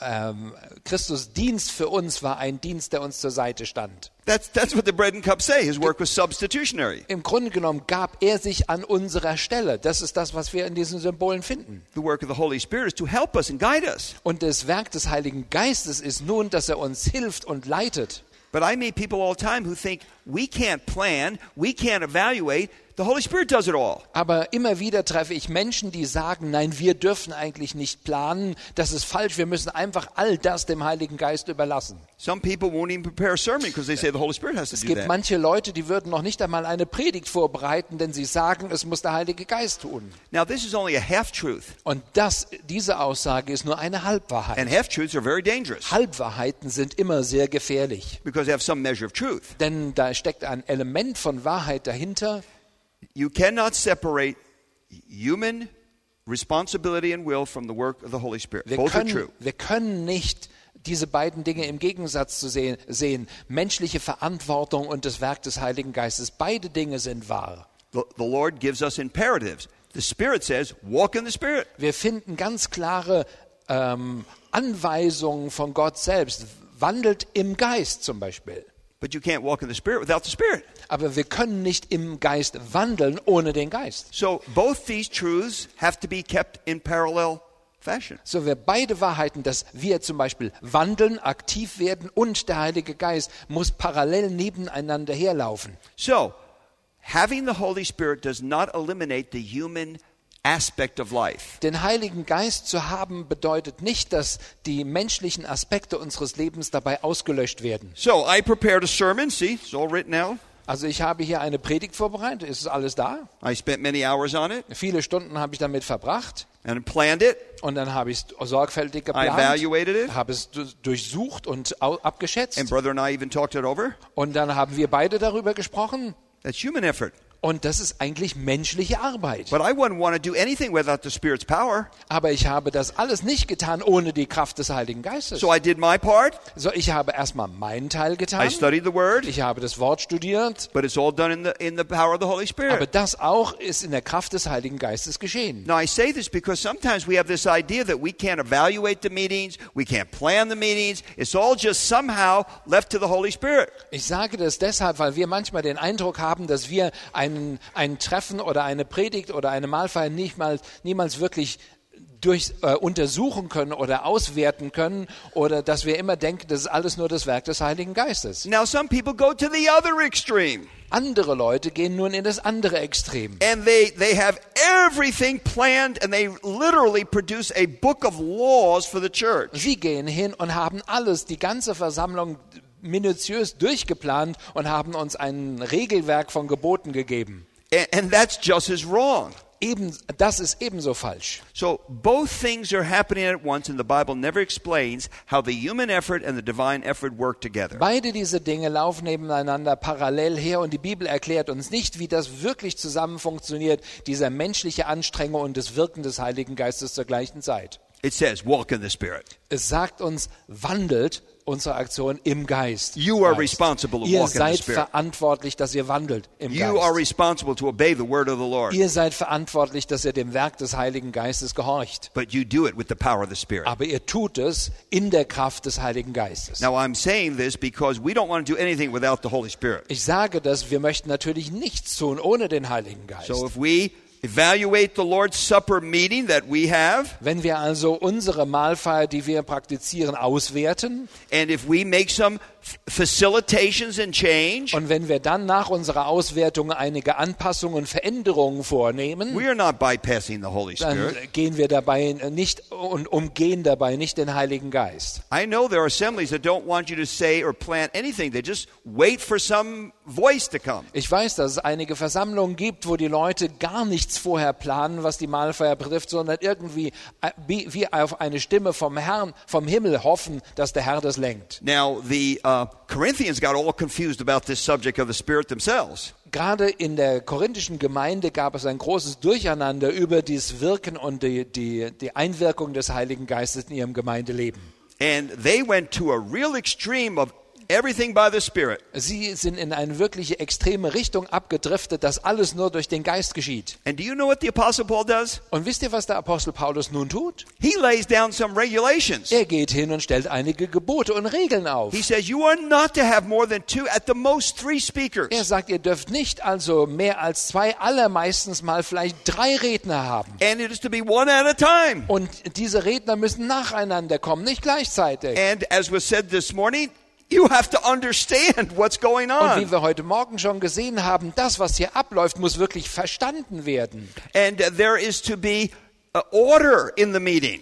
S2: ähm, Christus Dienst für uns war ein Dienst, der uns zur Seite stand.
S1: That's that's what the bread and cup say. His work was substitutionary.
S2: Im Grunde genommen gab er sich an unserer Stelle. Das ist das, was wir in diesen Symbolen finden.
S1: The work of the Holy Spirit is to help us and guide us.
S2: Und das Werk des Heiligen Geistes ist nun, dass er uns hilft und leitet.
S1: But I meet people all the time who think we can't plan, we can't evaluate. The Holy Spirit does it all.
S2: Aber immer wieder treffe ich Menschen, die sagen, nein, wir dürfen eigentlich nicht planen, das ist falsch, wir müssen einfach all das dem Heiligen Geist überlassen.
S1: Some people won't even prepare a sermon because they say the Holy Spirit has to
S2: Es
S1: do
S2: gibt
S1: that.
S2: manche Leute, die würden noch nicht einmal eine Predigt vorbereiten, denn sie sagen, es muss der Heilige Geist tun.
S1: Now, this is only a half truth,
S2: Und das, diese Aussage ist nur eine Halbwahrheit.
S1: and half truths are very dangerous
S2: Halbwahrheiten sind immer sehr gefährlich,
S1: because they have some measure of truth.
S2: denn da steckt ein Element von Wahrheit dahinter.
S1: You cannot separate human responsibility and will from the work of the Holy Spirit.
S2: Wir
S1: Both are true.
S2: können, wir können nicht diese beiden Dinge im Gegensatz zu sehen, sehen. Menschliche Verantwortung und das Werk des Heiligen Geistes. Beide Dinge sind wahr.
S1: The, the Lord gives us imperatives. The Spirit says, walk in the Spirit.
S2: Wir finden ganz klare ähm, Anweisungen von Gott selbst. Wandelt im Geist zum Beispiel.
S1: But you can't walk in the Spirit without the Spirit.
S2: Aber wir können nicht im Geist wandeln ohne den Geist.
S1: So both these truths have to be kept in parallel fashion.
S2: So wir beide Wahrheiten, dass wir zum Beispiel wandeln, aktiv werden und der Heilige Geist muss parallel nebeneinander herlaufen.
S1: So, having the Holy Spirit does not eliminate the human aspect of life.
S2: Den Heiligen Geist zu haben bedeutet nicht, dass die menschlichen Aspekte unseres Lebens dabei ausgelöscht werden.
S1: So, I prepared a sermon. See, it's all written out.
S2: Also ich habe hier eine Predigt vorbereitet, ist alles da?
S1: I spent many hours on it.
S2: Viele Stunden habe ich damit verbracht.
S1: and I planned it.
S2: Und dann habe ich es sorgfältig
S1: I
S2: geplant,
S1: evaluated it.
S2: habe es du- durchsucht und au-
S1: And
S2: abgeschätzt.
S1: brother and I even talked it over.
S2: Und dann haben wir beide darüber gesprochen.
S1: That's human effort.
S2: Und das ist eigentlich menschliche Arbeit.
S1: But I wouldn't want to do anything without the Spirit's power.
S2: Aber ich habe das alles nicht getan ohne die Kraft des Heiligen Geistes.
S1: So I did my part.
S2: So, ich habe erstmal meinen Teil
S1: I
S2: getan.
S1: studied the Word.
S2: Ich habe das Wort studiert.
S1: But it's all done in the in the power of the Holy
S2: Aber
S1: Spirit.
S2: das auch ist in der Kraft des Heiligen Geistes geschehen.
S1: Now I say this because sometimes we have this idea that we can't evaluate the meetings, we can't plan the meetings. It's all just somehow left to the Holy Spirit.
S2: Ich sage das deshalb, weil wir manchmal den Eindruck haben, dass wir einen, ein Treffen oder eine Predigt oder eine Mahlfeier nicht mal, niemals wirklich durch, äh, untersuchen können oder auswerten können oder dass wir immer denken, das ist alles nur das Werk des Heiligen Geistes.
S1: Now some people go to the other extreme
S2: Andere Leute gehen nun in das andere Extrem.
S1: and they they have everything planned and they literally produce a book of laws for the church.
S2: Sie gehen hin und haben alles, die ganze Versammlung minutiös durchgeplant und haben uns ein Regelwerk von Geboten gegeben.
S1: And, and that's just as wrong.
S2: Eben, das ist ebenso falsch.
S1: So both things are happening at once, and the Bible never explains how the human effort and the divine effort work together.
S2: Beide diese Dinge laufen nebeneinander parallel her und die Bibel erklärt uns nicht, wie das wirklich zusammen funktioniert, dieser menschliche Anstrengung und das Wirken des Heiligen Geistes zur gleichen Zeit.
S1: It says, "Walk in the Spirit."
S2: Es sagt uns, wandelt unsere Aktion im Geist.
S1: You are
S2: Geist.
S1: responsible to
S2: Ihr
S1: walk in the
S2: seid
S1: Spirit.
S2: verantwortlich, dass ihr wandelt im
S1: You are
S2: Geist.
S1: responsible to obey the word of the Lord,
S2: Ihr seid verantwortlich, dass ihr dem Werk des Heiligen Geistes gehorcht.
S1: but you do it with the power of the Spirit.
S2: Aber ihr tut es in der Kraft des Heiligen Geistes.
S1: Now, I'm saying this because we don't want to do anything without the Holy Spirit.
S2: Ich sage das, wir möchten natürlich nichts tun ohne den Heiligen Geist.
S1: So, if we evaluate the Lord's Supper meeting that we have,
S2: Wenn wir also unsere Mahlfeier, die wir praktizieren, auswerten
S1: and if we make some f- facilitations and change,
S2: und wenn wir dann nach unserer Auswertung einige Anpassungen und Veränderungen vornehmen,
S1: we are not bypassing the Holy
S2: dann
S1: Spirit.
S2: gehen wir dabei nicht und umgehen dabei nicht den Heiligen Geist.
S1: I know there are assemblies that don't want you to say or plant anything. They just wait for some voice to come.
S2: Ich weiß, dass es einige Versammlungen gibt, wo die Leute gar nichts vorher planen, was die Mahlfeier betrifft, sondern irgendwie äh, wie wie auf eine Stimme vom Herrn, vom Himmel hoffen, dass der Herr das lenkt.
S1: Now, the uh, Corinthians got all confused about this subject of the Spirit themselves.
S2: Gerade in der korinthischen Gemeinde gab es ein großes Durcheinander über dieses Wirken und die, die, die Einwirkung des Heiligen Geistes in ihrem Gemeindeleben.
S1: And they went to a real extreme of everything by the Spirit.
S2: Sie sind in eine wirkliche extreme Richtung abgedriftet, dass alles nur durch den Geist geschieht.
S1: And do you know what the Apostle Paul does?
S2: Und wisst ihr, was der Apostel Paulus nun tut?
S1: He lays down some regulations.
S2: Er geht hin und stellt einige Gebote und Regeln auf.
S1: He says, You are not to have more than two, at the most three speakers.
S2: Er sagt, ihr dürft nicht also mehr als zwei, allermeistens mal vielleicht drei Redner haben.
S1: And it is to be one at a time.
S2: Und diese Redner müssen nacheinander kommen, nicht gleichzeitig.
S1: And as was said this morning, you have to understand what's going
S2: Und
S1: on.
S2: wie wir heute Morgen schon gesehen haben, das, was hier abläuft, muss wirklich verstanden werden.
S1: And uh, there is to be uh, order in the meeting.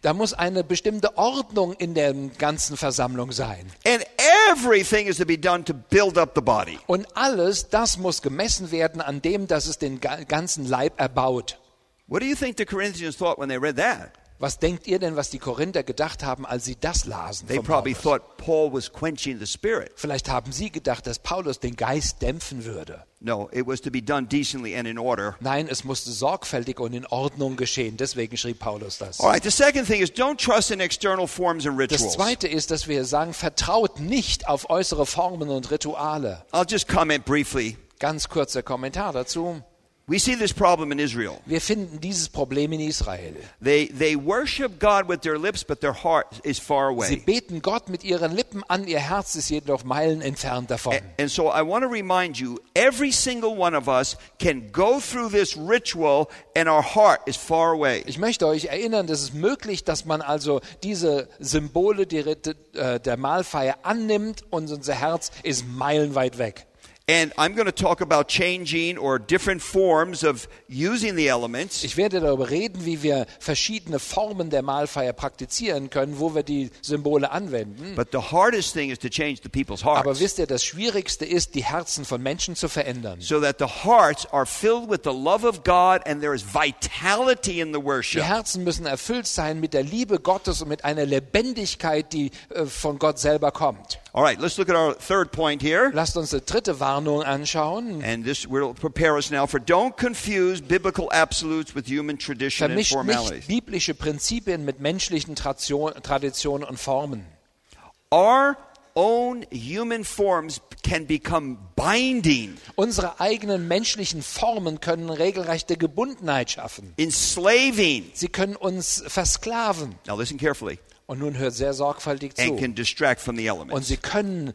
S2: Da muss eine bestimmte Ordnung in der ganzen Versammlung sein.
S1: And everything is to be done to build up the body.
S2: Und alles, das muss gemessen werden an dem, dass es den ga- ganzen Leib erbaut.
S1: What do you think the Corinthians thought when they read that?
S2: Was denkt ihr denn, was die Korinther gedacht haben, als sie das lasen?
S1: They
S2: von
S1: probably
S2: Paulus?
S1: thought Paul was quenching the spirit.
S2: Vielleicht haben sie gedacht, dass Paulus den Geist dämpfen würde.
S1: No, it was to be done decently and in order.
S2: Nein, es musste sorgfältig und in Ordnung geschehen. Deswegen schrieb Paulus das.
S1: All right, the second thing is don't trust in external forms and
S2: Das
S1: rituals.
S2: Zweite ist, dass wir sagen, vertraut nicht auf äußere Formen und Rituale.
S1: I'll just comment briefly.
S2: Ganz kurzer Kommentar dazu.
S1: We see this problem in Israel.
S2: Wir finden dieses Problem in Israel.
S1: They, they worship God with their lips, but their heart is far
S2: Sie
S1: away.
S2: beten Gott mit ihren Lippen an, ihr Herz ist jedoch Meilen entfernt davon.
S1: And so I want to remind you every single one of us can go through this ritual, and our heart is far away.
S2: Ich möchte euch erinnern, dass es möglich, dass man also diese Symbole die, Rit- äh, der Mahlfeier annimmt und unser Herz ist meilenweit weg.
S1: And I'm going to talk about changing or different forms of using the elements.
S2: Ich werde darüber reden, wie wir verschiedene Formen der Mahlfeier praktizieren können, wo wir die Symbole anwenden.
S1: But the hardest thing is to change the people's
S2: Mm. Aber
S1: hearts
S2: wisst ihr, das Schwierigste ist, die Herzen von Menschen zu verändern.
S1: so that the hearts are filled with the love of God and there is vitality in the
S2: Die
S1: worship.
S2: Herzen müssen erfüllt sein mit der Liebe Gottes und mit einer Lebendigkeit, die äh, von Gott selber kommt.
S1: All right, let's look at our third point here.
S2: Lasst uns eine dritte Warnung anschauen.
S1: And this will prepare us now for don't confuse biblical absolutes with human tradition and
S2: Vermischt nicht
S1: formalities.
S2: biblische Prinzipien mit menschlichen Trazio- Traditionen und Formen.
S1: Our own human forms can become binding,
S2: Unsere eigenen menschlichen Formen können regelrechte Gebundenheit schaffen.
S1: enslaving.
S2: Sie können uns versklaven.
S1: Now listen carefully.
S2: Und nun hört sehr sorgfältig
S1: And
S2: zu.
S1: can distract from the elements.
S2: Und sie können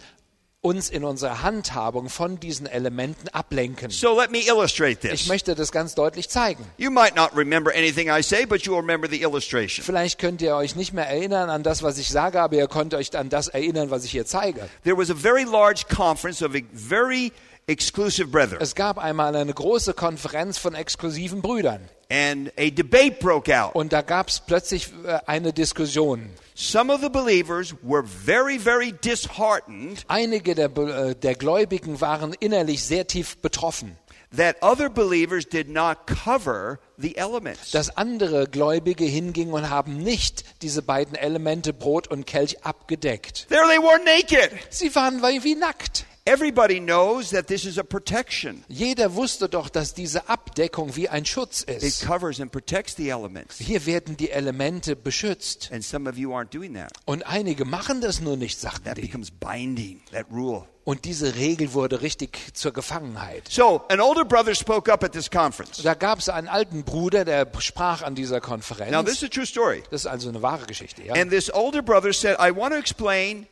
S2: uns in unserer Handhabung von diesen Elementen ablenken.
S1: So let me illustrate
S2: Ich
S1: this.
S2: möchte das ganz deutlich zeigen.
S1: You might not remember anything I say, but you'll remember the illustration.
S2: Vielleicht könnt ihr euch nicht mehr erinnern an das, was ich sage, aber ihr könnt euch an das erinnern, was ich hier zeige.
S1: There was a very large conference of e, very exclusive brethren,
S2: Es gab einmal eine große Konferenz von exklusiven Brüdern
S1: and a debate broke out.
S2: und da gab es plötzlich äh, eine Diskussion.
S1: Some of the believers were very, very disheartened
S2: Einige der, Be- äh, der Gläubigen waren innerlich sehr tief betroffen,
S1: that other believers did not cover the elements.
S2: dass andere Gläubige hingingen und haben nicht diese beiden Elemente Brot und Kelch abgedeckt.
S1: There they were naked.
S2: Sie waren wie nackt.
S1: Everybody knows that this is a protection.
S2: Jeder wusste doch, dass diese Abdeckung wie ein Schutz
S1: It
S2: ist.
S1: covers and protects the elements.
S2: Hier werden die Elemente beschützt.
S1: And some of you aren't doing that.
S2: Und einige machen das nur nicht, sagten
S1: That
S2: die.
S1: becomes binding, that rule.
S2: Und diese Regel wurde richtig zur Gefangenheit.
S1: So, an older brother spoke up at this conference.
S2: Da gab es einen alten Bruder, der sprach an dieser Konferenz.
S1: Now, this is a true story.
S2: das ist also eine wahre Geschichte. Ja?
S1: And this older brother said, I want to explain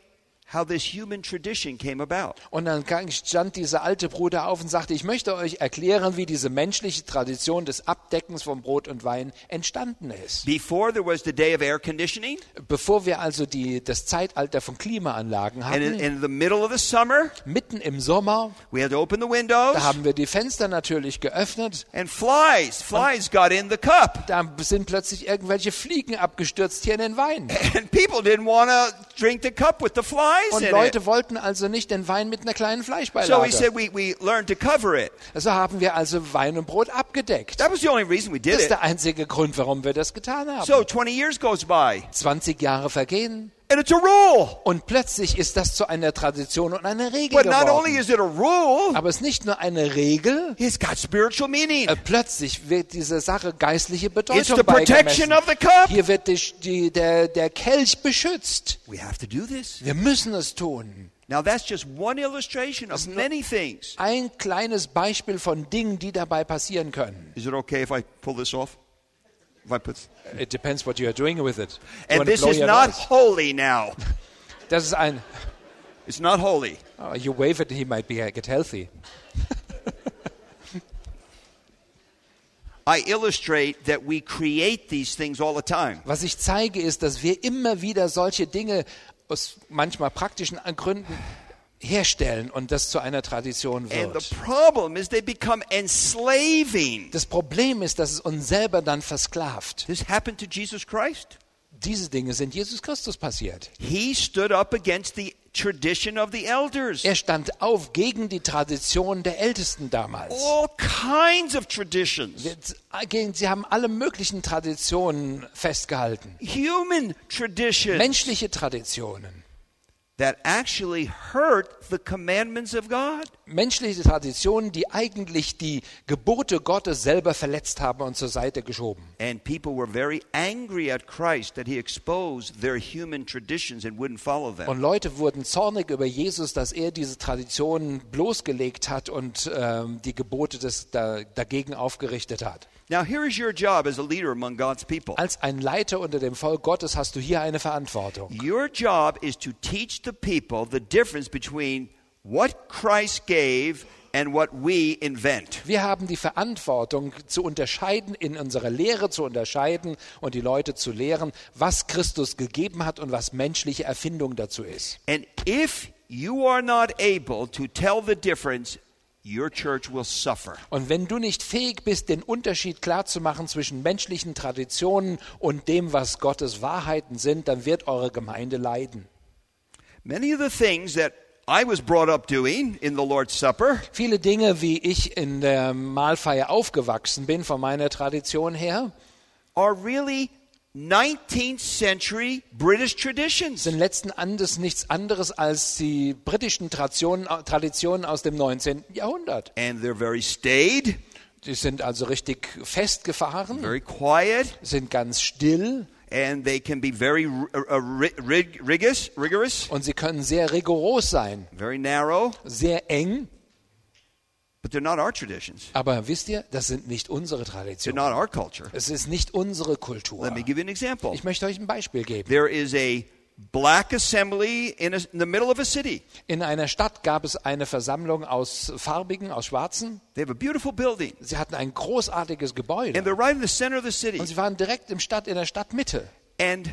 S1: how this human tradition came about.
S2: Und dann gang- stand dieser alte Bruder auf und sagte, ich möchte euch erklären, wie diese menschliche Tradition des Abdeckens von Brot und Wein entstanden ist.
S1: Before there was the day of air conditioning,
S2: Bevor wir also die, das Zeitalter von Klimaanlagen
S1: and in,
S2: hatten,
S1: in the middle of the summer,
S2: mitten im Sommer,
S1: we had to open the windows,
S2: da haben wir die Fenster natürlich geöffnet.
S1: and flies, flies got in the cup.
S2: Da sind plötzlich irgendwelche Fliegen abgestürzt hier in den Wein.
S1: And people didn't want to drink the cup with the flies
S2: Und
S1: in it.
S2: Leute wollten also nicht den Wein mit einer kleinen
S1: So he
S2: Fleischbeilage.
S1: said, we, we learned to cover it.
S2: also haben wir also Wein und Brot abgedeckt.
S1: That was the only reason we did
S2: Das ist
S1: it.
S2: der einzige Grund, warum wir das getan haben.
S1: So 20 years goes by,
S2: 20 Jahre vergehen
S1: and it's a rule.
S2: und plötzlich ist das zu einer Tradition und einer Regel
S1: But not only
S2: geworden.
S1: is it a rule,
S2: Aber es ist nicht nur eine Regel,
S1: it's got spiritual meaning.
S2: äh, plötzlich wird dieser Sache geistliche
S1: It's
S2: Bedeutung
S1: the protection
S2: beigemessen.
S1: of the cup.
S2: Hier wird die, die, der, der Kelch beschützt.
S1: We have to do this.
S2: Wir müssen es tun.
S1: Now, that's just one illustration of many things.
S2: Ein kleines Beispiel von Dingen, die dabei passieren können.
S1: Is it okay if I pull this off? If I put,
S2: It depends what you are doing with it. You
S1: and
S2: wanna
S1: this
S2: blow
S1: is
S2: your
S1: not
S2: nose.
S1: holy now.
S2: Das ist ein.
S1: It's not holy.
S2: Oh, you wave it, he might be get healthy.
S1: I illustrate that we create these things all the time.
S2: Was ich zeige, ist, dass wir immer wieder solche Dinge aus manchmal praktischen Gründen herstellen und das zu einer Tradition
S1: And the
S2: wird.
S1: problem is they become enslaving.
S2: Das Problem ist, dass es uns selber dann versklavt.
S1: This happened to Jesus Christ.
S2: Diese Dinge sind Jesus Christus passiert.
S1: He stood up against the tradition of the elders.
S2: Er stand auf gegen die Tradition der Ältesten damals.
S1: All kinds of traditions.
S2: Jetzt, gegen- Sie haben alle möglichen Traditionen festgehalten.
S1: Human traditions.
S2: Menschliche Traditionen.
S1: that actually hurt the commandments of God.
S2: menschliche Traditionen, die eigentlich die Gebote Gottes selber verletzt haben und zur Seite geschoben.
S1: And people were very angry at Christ that he exposed their human traditions and wouldn't follow them.
S2: Und Leute wurden zornig über Jesus, dass er diese Traditionen bloßgelegt hat und ähm, die Gebote des, da, dagegen aufgerichtet hat.
S1: Now, here is your job as a leader among God's people.
S2: Als ein Leiter unter dem Volk Gottes hast du hier eine Verantwortung.
S1: Your job is to teach the people the difference between what Christ gave and what we invent.
S2: Wir haben die Verantwortung zu unterscheiden, in unserer Lehre zu unterscheiden und die Leute zu lehren, was Christus gegeben hat und was menschliche Erfindung dazu ist.
S1: And if you are not able to tell the difference, your church will suffer.
S2: Und wenn du nicht fähig bist, den Unterschied klarzumachen zwischen menschlichen Traditionen und dem, was Gottes Wahrheiten sind, dann wird eure Gemeinde leiden.
S1: Many of the things that I was brought up doing in the Lord's Supper
S2: Viele Dinge, wie ich in der Mahlfeier aufgewachsen bin, von meiner Tradition her,
S1: are really 19th century British traditions.
S2: sind letzten Endes nichts anderes als die britischen Traditionen, Traditionen aus dem 19. Jahrhundert.
S1: And they're very staid,
S2: Die sind also richtig festgefahren,
S1: very quiet,
S2: sind ganz still
S1: and they can be very r- uh, ri- rig- rigorous, rigorous,
S2: und sie können sehr rigoros sein,
S1: very narrow,
S2: sehr eng.
S1: but they're not our traditions.
S2: Aber wisst ihr, das sind nicht unsere
S1: They're
S2: Traditionen.
S1: not our culture.
S2: Es ist nicht unsere Kultur.
S1: Let me give you an example.
S2: Ich möchte euch ein Beispiel geben.
S1: There is a black assembly in, a, in the middle of a city.
S2: In einer Stadt gab es eine Versammlung aus Farbigen, aus Schwarzen.
S1: They have a beautiful building,
S2: Sie hatten ein großartiges
S1: and
S2: Gebäude.
S1: they're right in the center of the city.
S2: Und sie waren direkt im Stadt, in der Stadtmitte.
S1: And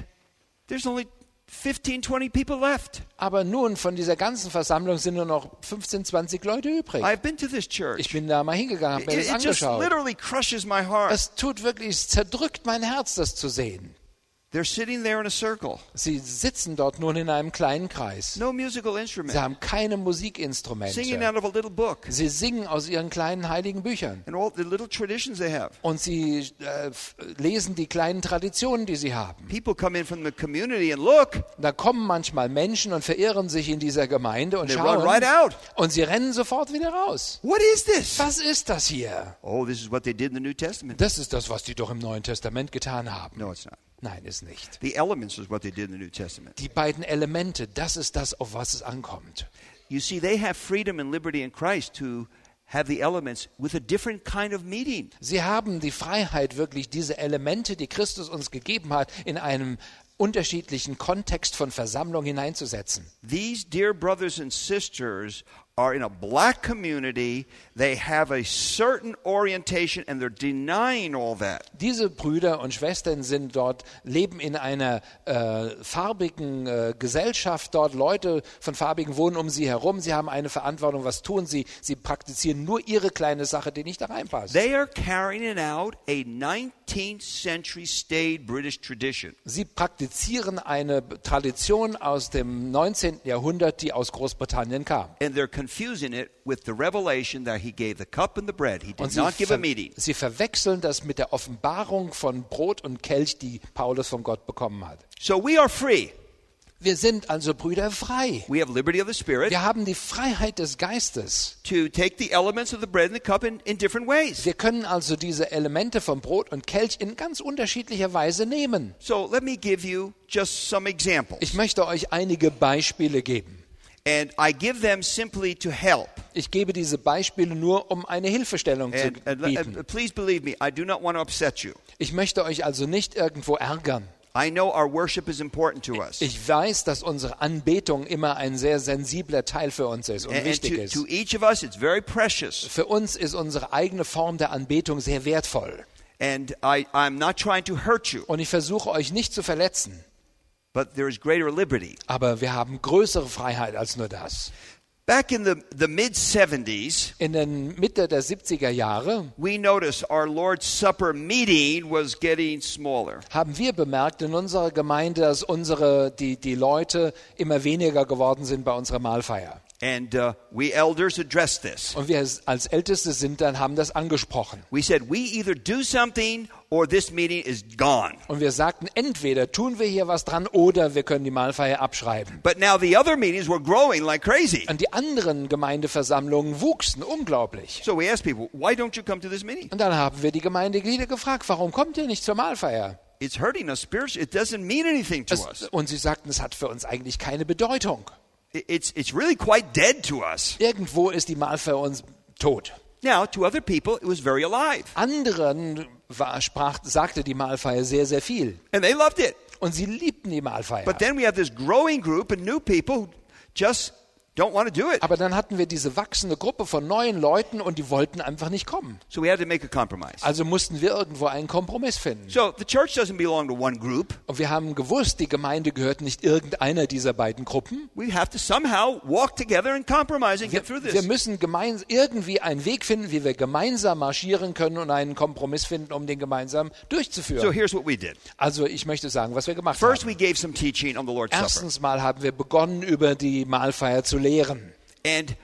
S1: there's only 15, 20 people left.
S2: Aber nun, von dieser ganzen Versammlung sind nur noch 15, 20 Leute übrig.
S1: I've been to this
S2: Ich
S1: church.
S2: bin da mal hingegangen, habe
S1: It,
S2: mir das
S1: it just
S2: angeschaut.
S1: literally crushes my heart.
S2: Es tut wirklich, es zerdrückt mein Herz, das zu sehen.
S1: They're sitting there in a circle,
S2: Sie sitzen dort nun in einem kleinen Kreis.
S1: no musical
S2: Sie
S1: instrument,
S2: haben keine
S1: singing
S2: Musikinstrumente.
S1: out of a little book,
S2: Sie singen aus ihren kleinen heiligen Büchern.
S1: and all the little traditions they have.
S2: Und sie äh, f- lesen die kleinen Traditionen, die sie haben.
S1: People come in from the community and look,
S2: Da kommen manchmal Menschen und verirren sich in dieser Gemeinde und
S1: They run
S2: schauen
S1: right out.
S2: und sie rennen sofort wieder raus.
S1: what is this?
S2: Was ist das hier?
S1: Oh, this is what they did in the New Testament.
S2: Das ist das, was die doch im Neuen Testament getan haben.
S1: No, it's not.
S2: Nein, ist nicht.
S1: The elements is what they did in the New Testament.
S2: Die beiden Elemente, das ist das, auf was es ankommt.
S1: You see, they have freedom and liberty in Christ to have the elements with a different kind of meeting.
S2: Sie haben die Freiheit, wirklich diese Elemente, die Christus uns gegeben hat, in einem unterschiedlichen Kontext von Versammlung hineinzusetzen.
S1: These dear brothers and sisters are in a black community. They have a certain orientation and they're denying all that.
S2: Diese Brüder und Schwestern sind dort, leben in einer äh, farbigen äh, Gesellschaft dort. Leute von farbigen wohnen um sie herum. Sie haben eine Verantwortung. Was tun sie? Sie praktizieren nur ihre kleine Sache, die nicht da reinpasst.
S1: They are carrying out a 19th century staid British tradition.
S2: Sie praktizieren eine Tradition aus dem 19. Jahrhundert, die aus Großbritannien kam.
S1: And they're confusing it with the revelation that he gave the cup and the bread. He
S2: Und
S1: did
S2: sie,
S1: not give a
S2: ver
S1: meeting.
S2: sie verwechseln das mit der Offenbarung von Brot und Kelch, die Paulus von Gott bekommen hat.
S1: So we are free.
S2: Wir sind also Brüder frei.
S1: We have liberty of the Spirit
S2: Wir haben die Freiheit des Geistes.
S1: to take the elements of the bread and the cup in, in different ways.
S2: Wir können also diese Elemente von Brot und Kelch in ganz unterschiedlicher Weise nehmen.
S1: So let me give you just some examples.
S2: Ich möchte euch einige Beispiele geben.
S1: And I give them simply to help.
S2: Ich gebe diese Beispiele nur, um eine Hilfestellung zu
S1: And, and le-
S2: bieten.
S1: and uh, please believe me, I do not want to upset you.
S2: Ich möchte euch also nicht irgendwo ärgern.
S1: I know our worship is important to us.
S2: Ich weiß, dass unsere Anbetung immer ein sehr sensibler Teil für uns ist und
S1: And, and
S2: wichtig
S1: to,
S2: ist.
S1: to each of us, it's very precious.
S2: Für uns ist unsere eigene Form der Anbetung sehr wertvoll.
S1: And I, I'm not trying to hurt you,
S2: Und ich versuche euch nicht zu verletzen,
S1: but there is greater liberty.
S2: aber wir haben größere Freiheit als nur das.
S1: Back in the, the mid 70s,
S2: In der Mitte der 70er Jahre
S1: we noticed our Lord's Supper meeting was getting smaller.
S2: haben wir bemerkt in unserer Gemeinde, dass unsere, die, die Leute immer weniger geworden sind bei unserer Mahlfeier.
S1: And uh, we elders addressed this.
S2: Und wir als- als Älteste sind dann, haben das angesprochen.
S1: We said, we either do something or this meeting is gone.
S2: Und wir sagten, entweder tun wir hier was dran oder wir können die Mahlfeier abschreiben.
S1: But now the other meetings were growing like crazy.
S2: Und die anderen Gemeindeversammlungen wuchsen unglaublich.
S1: So we asked people, why don't you come to this meeting?
S2: Und dann haben wir die Gemeindeglieder gefragt, warum kommt ihr nicht zur Mahlfeier?
S1: It's hurting us spiritually. It doesn't mean anything to
S2: Es,
S1: us.
S2: und sie sagten, es hat für uns eigentlich keine Bedeutung.
S1: I- It's, it's really quite dead to us.
S2: Irgendwo ist die Mahlfeier uns tot.
S1: Now, to other people, it was very alive.
S2: Anderen war, sprach, sagte die Mahlfeier sehr, sehr viel.
S1: And they loved it.
S2: Und sie liebten die Mahlfeier.
S1: But then we have this growing group and new people who just don't want to do it.
S2: Aber dann hatten wir diese wachsende Gruppe von neuen Leuten und die wollten einfach nicht kommen.
S1: So we had to make a compromise.
S2: Also mussten wir irgendwo einen Kompromiss finden.
S1: So the church doesn't belong to one group.
S2: Und wir haben gewusst, die Gemeinde gehört nicht irgendeiner dieser beiden Gruppen.
S1: We have to somehow walk together and compromise and get through
S2: Wir
S1: this.
S2: müssen gemein, irgendwie einen Weg finden, wie wir gemeinsam marschieren können und einen Kompromiss finden, um den gemeinsam
S1: So
S2: durchzuführen.
S1: here's what we did.
S2: Also ich möchte sagen, was wir gemacht
S1: First,
S2: haben.
S1: we gave some teaching on the Lord's Supper.
S2: Erstens mal haben wir begonnen, über die Mahlfeier zu lehren.
S1: And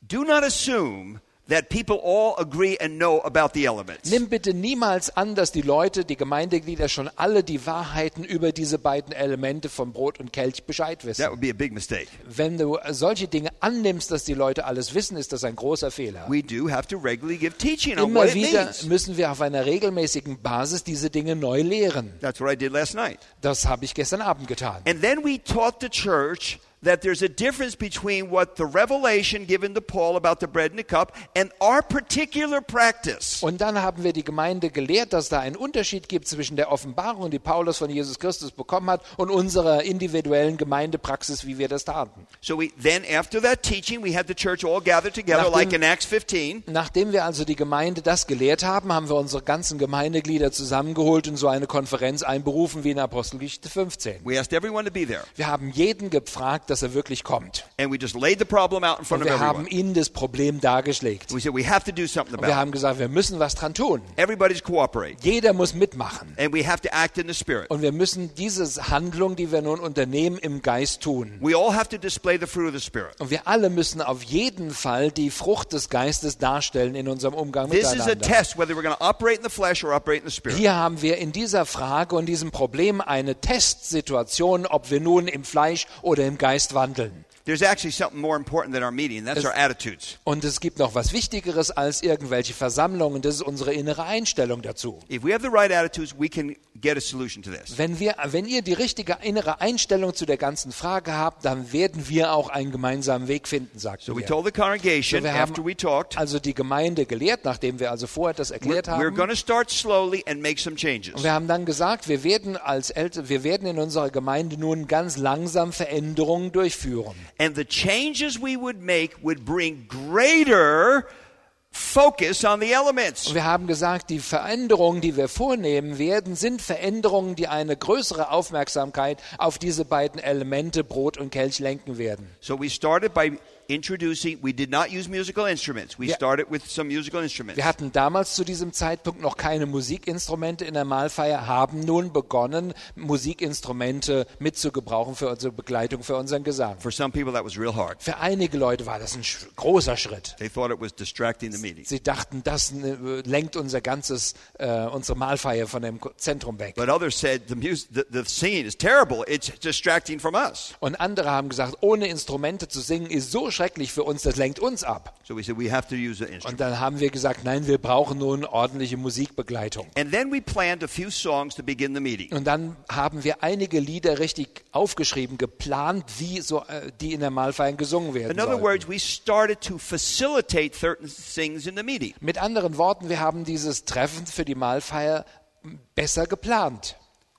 S1: do not assume that people all agree and know about the elements.
S2: Nimm bitte niemals an, dass die Leute, die Gemeindeglieder schon alle die Wahrheiten über diese beiden Elemente von Brot und Kelch Bescheid wissen.
S1: That would be a big mistake.
S2: Wenn du solche Dinge annimmst, dass die Leute alles wissen, ist das ein großer Fehler.
S1: We do have to regularly give teaching on
S2: Immer
S1: what it
S2: wieder
S1: means.
S2: müssen wir auf einer regelmäßigen Basis diese Dinge neu lehren.
S1: That's what I did last night.
S2: Das habe ich gestern Abend getan.
S1: And then we taught the church that there's a difference between what the revelation given to Paul about the bread and the cup and our particular practice.
S2: Und dann haben wir die Gemeinde gelehrt, dass da einen Unterschied gibt zwischen der Offenbarung, die Paulus von Jesus Christus bekommen hat, und unserer individuellen Gemeindepraxis, wie wir das taten.
S1: So we then after that teaching we had the church all gathered together
S2: Nachdem-
S1: like in Acts 15
S2: Nachdem wir also die Gemeinde das gelehrt haben, haben wir unsere ganzen Gemeindeglieder zusammengeholt und so eine Konferenz einberufen wie in Apostelgeschichte 15.
S1: we asked everyone to be there
S2: Wir haben jeden gefragt, dass er wirklich kommt.
S1: and we just laid the problem out in front
S2: Und
S1: of
S2: wir haben
S1: everyone.
S2: ihnen das Problem dargeschlägt.
S1: We said we have to do something
S2: Und wir
S1: about it.
S2: haben gesagt, wir müssen was dran tun.
S1: Everybody's cooperate
S2: Jeder muss mitmachen.
S1: and we have to act in the spirit.
S2: Und wir müssen diese Handlung, die wir nun unternehmen, im Geist tun.
S1: We all have to display the fruit of the spirit.
S2: Und wir alle müssen auf jeden Fall die Frucht des Geistes darstellen in unserem Umgang
S1: This is a
S2: miteinander.
S1: test whether we're going to operate in the flesh or operate in the spirit.
S2: Hier haben wir in dieser Frage und diesem Problem eine Testsituation, ob wir nun im Fleisch oder im Geist wandeln.
S1: There's actually something more important than our meeting, and that's
S2: Es-
S1: our attitudes.
S2: Und es gibt noch was Wichtigeres als irgendwelche Versammlungen, das ist unsere innere Einstellung dazu.
S1: If we have the right attitudes, we can get a solution to this.
S2: Wenn, wir, wenn ihr die richtige innere Einstellung zu der ganzen Frage habt, dann werden wir auch einen gemeinsamen Weg finden, sagt
S1: So we
S2: wir.
S1: told the congregation
S2: So wir haben-
S1: after we talked,
S2: Also die Gemeinde gelehrt, nachdem wir also vorher das
S1: we're,
S2: erklärt
S1: we're
S2: haben.
S1: going to start slowly and make some
S2: Und
S1: changes.
S2: wir haben dann gesagt, wir werden als Eltern, wir werden in unserer Gemeinde nun ganz langsam Veränderungen durchführen.
S1: And the changes we would make would bring greater focus on the elements.
S2: Und wir haben gesagt, die Veränderungen, die wir vornehmen werden, sind Veränderungen, die eine größere Aufmerksamkeit auf diese beiden Elemente Brot und Kelch lenken werden.
S1: So we started by introducing, we did not use musical instruments. We
S2: Wir-
S1: started with some musical instruments.
S2: Wir hatten damals zu diesem Zeitpunkt noch keine Musikinstrumente in der Mahlfeier, haben nun begonnen, Musikinstrumente mitzugebrauchen für unsere Begleitung, für unseren Gesang.
S1: For some people, that was real hard.
S2: Für einige Leute war das ein sch- großer Schritt.
S1: They thought it was distracting the meeting.
S2: Sie dachten, das äh, lenkt unser ganzes, äh, unsere Mahlfeier von dem Ko- Zentrum weg.
S1: But others said the, mus- the, the singing is terrible. It's distracting from us.
S2: Und andere haben gesagt, ohne Instrumente zu singen ist so schrecklich für uns, das lenkt uns ab.
S1: So we said we have to use an instrument.
S2: Und dann haben wir gesagt, nein, wir brauchen nun ordentliche Musikbegleitung.
S1: And then we planned a few songs to begin the meeting.
S2: Und dann haben wir einige Lieder richtig aufgeschrieben, geplant, wie so, äh, die in der Mahlfeier gesungen werden
S1: In other
S2: sollten.
S1: words, we started to facilitate certain things in the meeting.
S2: Mit anderen Worten, wir haben dieses Treffen für die Mahlfeier besser geplant.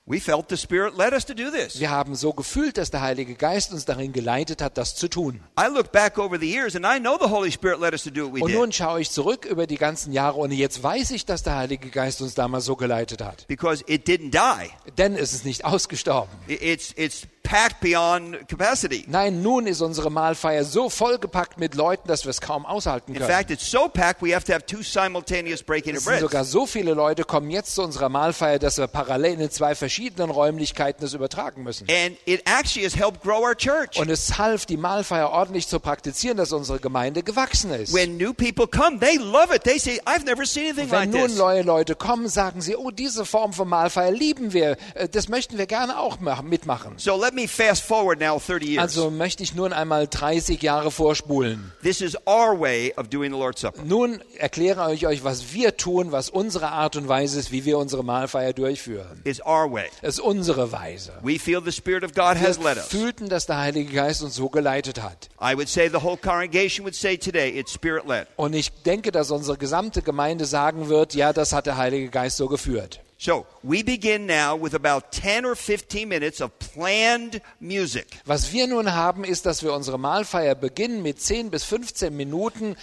S1: We felt the Spirit led us to do this.
S2: Wir haben so gefühlt, dass der Heilige Geist uns darin geleitet hat, das zu tun.
S1: I look back over the years and I know the Holy Spirit led us to do what we
S2: Und
S1: did
S2: nun schaue ich zurück über die ganzen Jahre und jetzt weiß ich, dass der Heilige Geist uns damals so geleitet hat.
S1: because it didn't die.
S2: Denn es ist nicht ausgestorben.
S1: I- It's, it's packed beyond capacity.
S2: Nein, nun ist unsere Mahlfeier so vollgepackt mit Leuten, dass wir es kaum aushalten
S1: In
S2: können.
S1: fact, it's so packed we have to have two simultaneous breaking
S2: Es
S1: of
S2: sind
S1: bread.
S2: sogar so viele Leute kommen jetzt zu unserer Mahlfeier, dass wir parallel in zwei verschiedenen Räumlichkeiten das übertragen müssen.
S1: And it actually has helped grow our church.
S2: Und es half, die Mahlfeier ordentlich zu praktizieren, dass unsere Gemeinde gewachsen ist.
S1: When new people come, they love it. They say, I've never seen anything like
S2: Wenn nun
S1: this.
S2: neue Leute kommen, sagen sie, oh, diese Form von Mahlfeier lieben wir. Äh, Das möchten wir gerne auch ma- mitmachen.
S1: So let me fast forward now 30 years.
S2: Also möchte ich nun einmal 30 Jahre vorspulen.
S1: This is our way of doing the Lord's Supper.
S2: Nun erkläre ich euch, was wir tun, was unsere Art und Weise ist, wie wir unsere Mahlfeier durchführen.
S1: It's our way.
S2: Es ist unsere Weise.
S1: We feel the Spirit of God has
S2: Wir
S1: led us.
S2: fühlten, dass der Heilige Geist uns so geleitet hat.
S1: I would say the whole congregation would say today, it's Spirit led.
S2: Und ich denke, dass unsere gesamte Gemeinde sagen wird, ja, das hat der Heilige Geist so geführt.
S1: So we begin now with about 10 or 15 minutes of planned music.
S2: Was wir nun haben, ist, dass wir unsere Mahlfeier beginnen mit 10 bis 15 Minuten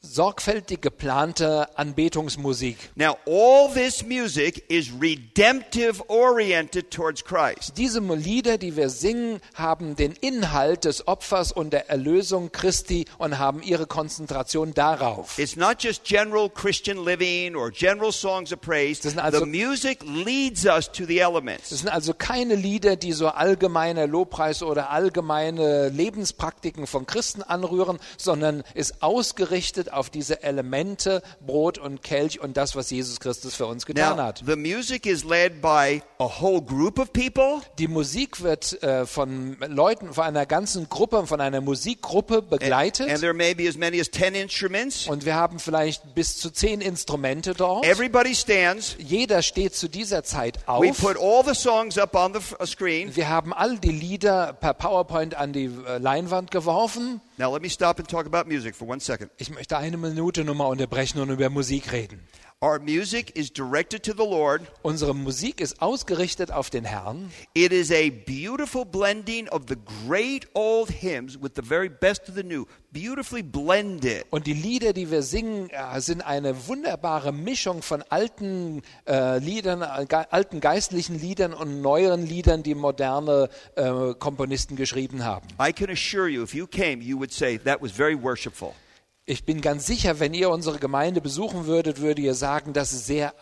S2: sorgfältig geplanter Anbetungsmusik.
S1: Now, all this music is redemptive oriented towards Christ.
S2: Diese Lieder, die wir singen, haben den Inhalt des Opfers und der Erlösung Christi und haben ihre Konzentration darauf.
S1: It's not just general Christian living or general songs of praise.
S2: Das sind also-
S1: the music leads us to the elements.
S2: Es sind also keine Lieder, die so allgemeiner Lobpreis oder allgemeine Lebenspraktiken von Christen anrühren, sondern ist ausgerichtet auf diese Elemente Brot und Kelch und das, was Jesus Christus für uns getan
S1: Now,
S2: hat.
S1: the music is led by a whole group of people,
S2: Die Musik wird äh, von Leuten, von einer ganzen Gruppe, von einer Musikgruppe begleitet.
S1: and there may be as many as 10 instruments.
S2: und wir haben vielleicht bis zu zehn Instrumente dort.
S1: Everybody stands.
S2: Jeder steht zu dieser Zeit
S1: We
S2: auf.
S1: put all the songs up on the f- uh, screen.
S2: Wir haben all die Lieder per PowerPoint an die äh, Leinwand geworfen.
S1: Now, let me stop and talk about music for one second.
S2: Ich möchte eine Minute nur mal unterbrechen und über Musik reden.
S1: Our music is directed to the Lord.
S2: Unsere Musik ist ausgerichtet auf den Herrn.
S1: It is a beautiful blending of the great old hymns with the very best of the new, beautifully blended.
S2: Und die Lieder, die wir singen, äh, sind eine wunderbare Mischung von alten äh, Liedern, äh, ge alten geistlichen Liedern und neueren Liedern, die moderne äh, Komponisten geschrieben haben.
S1: I can assure you, if you came, you would say that was very worshipful.
S2: Ich bin ganz sicher, wenn ihr unsere Gemeinde besuchen würdet, würdet ihr sagen, das ist sehr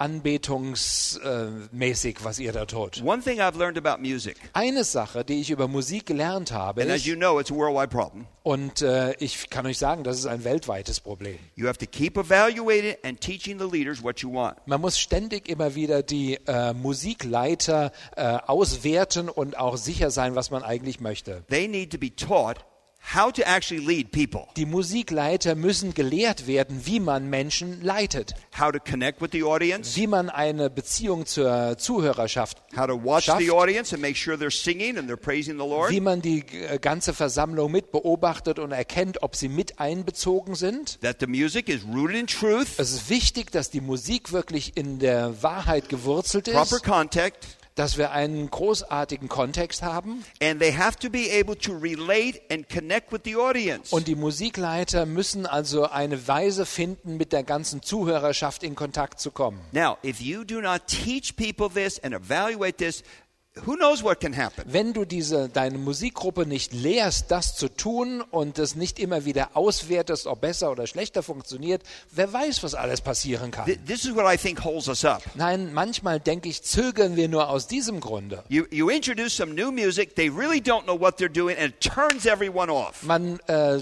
S2: anbetungsmäßig, was ihr da tut.
S1: One thing I've learned about music,
S2: Eine Sache, die ich über Musik gelernt habe,
S1: and as
S2: ist,
S1: you know, it's a worldwide problem.
S2: und äh, ich kann euch sagen, das ist ein weltweites Problem.
S1: You have to keep evaluating and teaching the leaders what you want.
S2: Man muss ständig immer wieder die äh, Musikleiter äh, auswerten und auch sicher sein, was man eigentlich möchte.
S1: They need to be taught how to actually lead people,
S2: Die Musikleiter müssen gelehrt werden, wie man Menschen leitet,
S1: how to connect with the audience,
S2: wie man eine Beziehung zur Zuhörerschaft
S1: how to watch
S2: schafft,
S1: the audience and make sure they're singing and they're praising the Lord.
S2: wie man die äh, ganze Versammlung mit beobachtet und erkennt, ob sie mit einbezogen sind.
S1: That the music is rooted in truth,
S2: Es ist wichtig, dass die Musik wirklich in der Wahrheit gewurzelt
S1: proper
S2: ist,
S1: contact.
S2: dass wir einen großartigen Kontext haben.
S1: and they have to be able to relate and connect with the audience.
S2: Und die Musikleiter müssen also eine Weise finden, mit der ganzen Zuhörerschaft in Kontakt zu kommen.
S1: now, if you do not teach people this and evaluate this, who knows what can happen?
S2: Wenn du diese, deine Musikgruppe nicht lehrst, das zu tun und es nicht immer wieder auswertest, ob besser oder schlechter funktioniert, wer weiß, was alles passieren
S1: Th-
S2: kann.
S1: This is what I think holds us up.
S2: Nein, manchmal denke ich, zögern wir nur aus diesem Grunde.
S1: You, you introduce some new music, they really don't know what they're doing, and it turns everyone off.
S2: Man äh,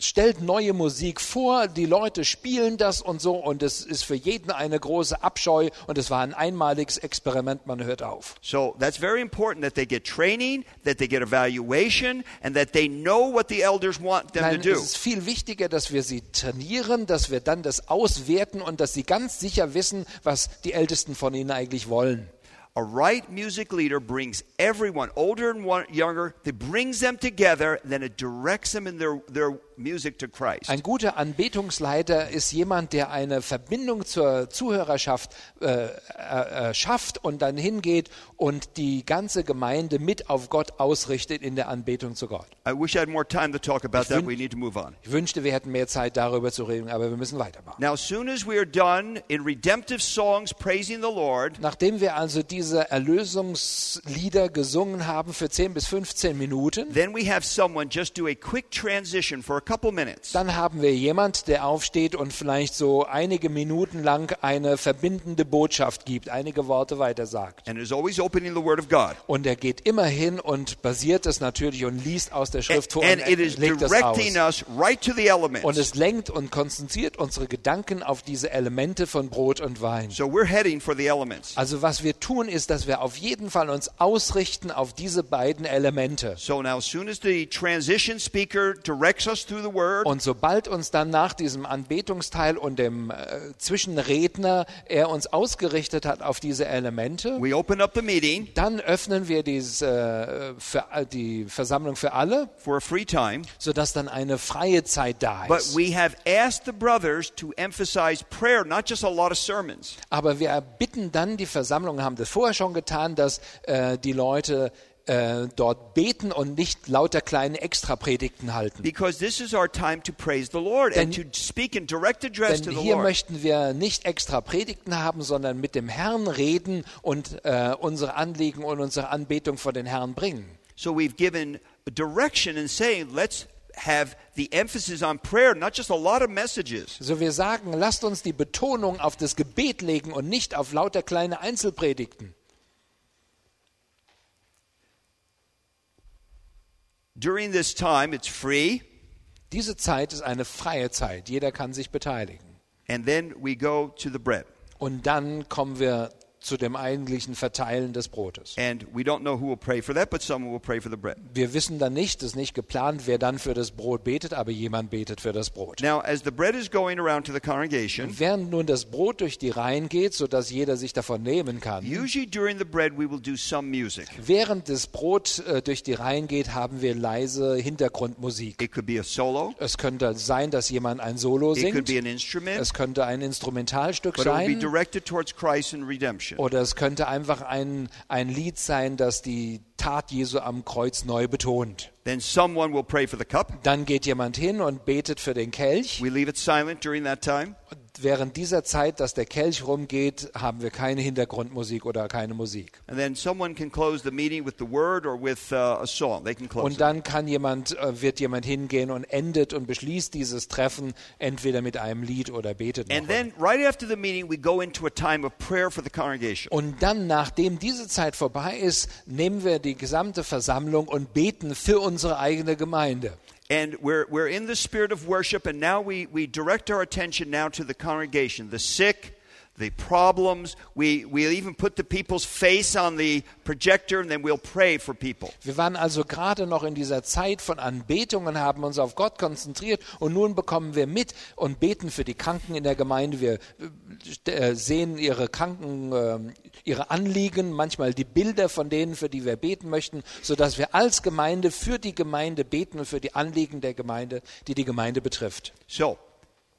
S2: stellt neue Musik vor, die Leute spielen das und so und es ist für jeden eine große Abscheu und es war ein einmaliges Experiment, man hört auf.
S1: So that's very important that they get training, that they get evaluation, and that they know what the elders want them
S2: Nein,
S1: to do.
S2: es ist viel wichtiger, dass wir sie trainieren, dass wir dann das auswerten und dass sie ganz sicher wissen, was die Ältesten von ihnen eigentlich wollen.
S1: A right music leader brings everyone, older and one, younger, they brings them together, then it directs them in their, their music to Christ.
S2: Ein guter Anbetungsleiter ist jemand, der eine Verbindung zur Zuhörerschaft äh, äh, äh, schafft und dann hingeht und die ganze Gemeinde mit auf Gott ausrichtet in der Anbetung zu Gott.
S1: I wish I had more time to talk about that. We need to move on.
S2: Ich wünschte, wir hätten mehr Zeit darüber zu reden, aber wir müssen weitermachen.
S1: Now, as soon as we are done in redemptive songs praising the Lord,
S2: Nachdem wir also diese Erlösungslieder gesungen haben für 10 bis 15 Minuten,
S1: then we have someone just do a quick transition for a couple minutes.
S2: Dann haben wir jemand, der aufsteht und vielleicht so einige Minuten lang eine verbindende Botschaft gibt, einige Worte weitersagt.
S1: And is always opening the Word of God.
S2: Und er geht immer hin und basiert es natürlich und liest aus der
S1: And,
S2: Schrift vor
S1: and
S2: und
S1: it is
S2: legt das aus.
S1: directing us right to the
S2: Und
S1: elements.
S2: es lenkt und konzentriert unsere Gedanken auf diese Elemente von Brot und Wein.
S1: So we're heading for the elements.
S2: Also was wir tun, ist, dass wir auf jeden Fall uns ausrichten auf diese beiden Elemente.
S1: So now, as soon as the transition speaker directs us through the word,
S2: Und sobald uns dann nach diesem Anbetungsteil und dem äh, Zwischenredner er uns ausgerichtet hat auf diese Elemente,
S1: we open up the meeting
S2: dann öffnen wir dies, äh, für, all- die Versammlung für alle,
S1: for a free time.
S2: sodass dann eine freie Zeit da
S1: But
S2: ist.
S1: we have asked the brothers to emphasize prayer, not just a lot of sermons.
S2: Aber wir bitten dann die Versammlung, haben das vorher schon getan, dass äh, die Leute äh, dort beten und nicht lauter kleine Extrapredigten halten.
S1: Because this is our time to praise the Lord and to
S2: Denn-
S1: speak in direct address
S2: Denn
S1: to the
S2: hier
S1: Lord.
S2: möchten wir nicht extra Predigten haben, sondern mit dem Herrn reden und äh, unsere Anliegen und unsere Anbetung vor den Herrn bringen.
S1: So we've given direction and saying, let's have the emphasis on prayer, not just a lot of messages.
S2: So wir sagen, lasst uns die Betonung auf das Gebet legen und nicht auf lauter kleine Einzelpredigten.
S1: During this time, it's free,
S2: Diese Zeit ist eine freie Zeit. Jeder kann sich beteiligen.
S1: and then we go to the bread.
S2: Und dann kommen wir zu dem eigentlichen Verteilen des Brotes.
S1: And we don't know who will pray for that, but someone will pray for the bread.
S2: Wir wissen dann nicht, es ist nicht geplant, wer dann für das Brot betet, aber jemand betet für das Brot.
S1: Now, as the bread is going around to the congregation,
S2: Während nun das Brot durch die Reihen geht, sodass jeder sich davon nehmen kann,
S1: usually during the bread, we will do some music.
S2: während das Brot äh, durch die Reihen geht, haben wir leise Hintergrundmusik.
S1: It could be a solo,
S2: Es könnte sein, dass jemand ein Solo
S1: it could
S2: singt,
S1: be an instrument,
S2: es könnte ein Instrumentalstück
S1: but it will be
S2: sein
S1: directed towards Christ and redemption.
S2: oder es könnte einfach ein, ein Lied sein, das die Tat Jesu am Kreuz neu betont.
S1: Then someone will pray for the cup.
S2: Dann geht jemand hin und betet für den Kelch.
S1: We leave it silent during that time.
S2: Und während dieser Zeit, dass der Kelch rumgeht, haben wir keine Hintergrundmusik oder keine Musik.
S1: And then someone can close the meeting with the word or with uh, a song. They can close
S2: Und
S1: it.
S2: dann kann jemand, äh, wird jemand hingehen und endet und beschließt dieses Treffen entweder mit einem Lied oder betet
S1: And
S2: noch.
S1: then right after the meeting, we go into a time of prayer for the congregation.
S2: Und dann, nachdem diese Zeit vorbei ist, nehmen wir die gesamte Versammlung und beten für unsere eigene Gemeinde.
S1: And we're, we're in the spirit of worship, and now we, we direct our attention now to the congregation, the sick, the problems. We, we even put the people's face on the projector, and then we'll pray for people.
S2: Wir waren also gerade noch in dieser Zeit von Anbetung und haben uns auf Gott konzentriert und nun bekommen wir mit und beten für die Kranken in der Gemeinde. Wir äh, sehen ihre Kranken, ähm, ihre Anliegen, manchmal die Bilder von denen, für die wir beten möchten, sodass wir als Gemeinde für die Gemeinde beten und für die Anliegen der Gemeinde, die die Gemeinde betrifft.
S1: So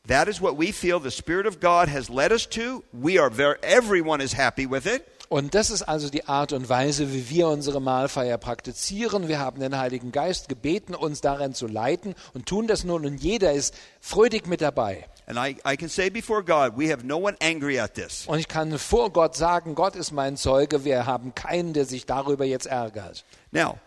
S1: that is what we feel the Spirit of God has led us to. We are very, everyone is happy with it.
S2: Und das ist also die Art und Weise, wie wir unsere Mahlfeier praktizieren. Wir haben den Heiligen Geist gebeten, uns darin zu leiten und tun das nun und jeder ist freudig mit dabei.
S1: And I, I can say before God, we have no one angry at this.
S2: Und ich kann vor Gott sagen, Gott ist mein Zeuge, wir haben keinen, der sich darüber jetzt ärgert.
S1: Now,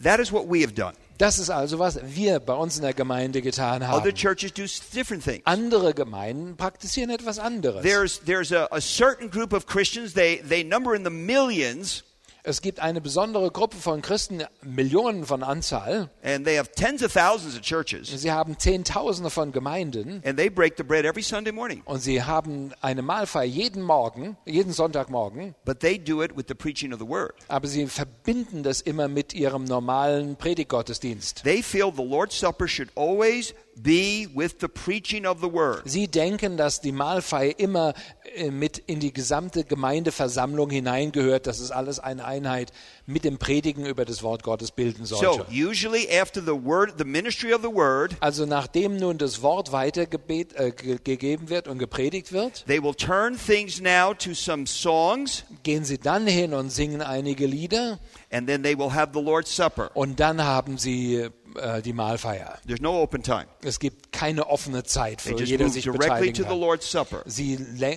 S1: that is what we have done.
S2: Das ist also, was wir bei uns in der Gemeinde getan
S1: Other
S2: haben.
S1: churches do s- different things.
S2: Andere Gemeinden praktizieren etwas anderes.
S1: There's, there's a, a certain group of Christians, they, they number in the millions,
S2: Es gibt eine besondere Gruppe von Christen, Millionen von Anzahl.
S1: and they have tens of thousands of churches,
S2: Sie haben Zehntausende von Gemeinden
S1: and they break the bread every Sunday morning.
S2: und sie haben eine Mahlfeier jeden Morgen, jeden Sonntagmorgen,
S1: But they do it with the preaching of the word.
S2: aber sie verbinden das immer mit ihrem normalen Predigtgottesdienst.
S1: They feel the Lord's Supper should always be with the preaching of the word.
S2: Sie denken, dass die Mahlfeier immer äh, mit in die gesamte Gemeindeversammlung hineingehört, dass es alles eine Einheit mit dem Predigen über das Wort Gottes bilden sollte.
S1: So, usually after the word, the ministry of the word,
S2: also nachdem nun das Wort weitergegeben äh, ge gegeben wird und gepredigt wird,
S1: they will turn things now to some songs.
S2: gehen sie dann hin und singen einige Lieder
S1: and then they will have the Lord's Supper.
S2: und dann haben sie äh, die Mahlfeier.
S1: There's no open time.
S2: Es gibt keine offene Zeit,
S1: They
S2: für
S1: just
S2: jeder
S1: move
S2: sich
S1: directly to
S2: beteiligen
S1: the
S2: kann.
S1: Lord's Supper.
S2: Sie le-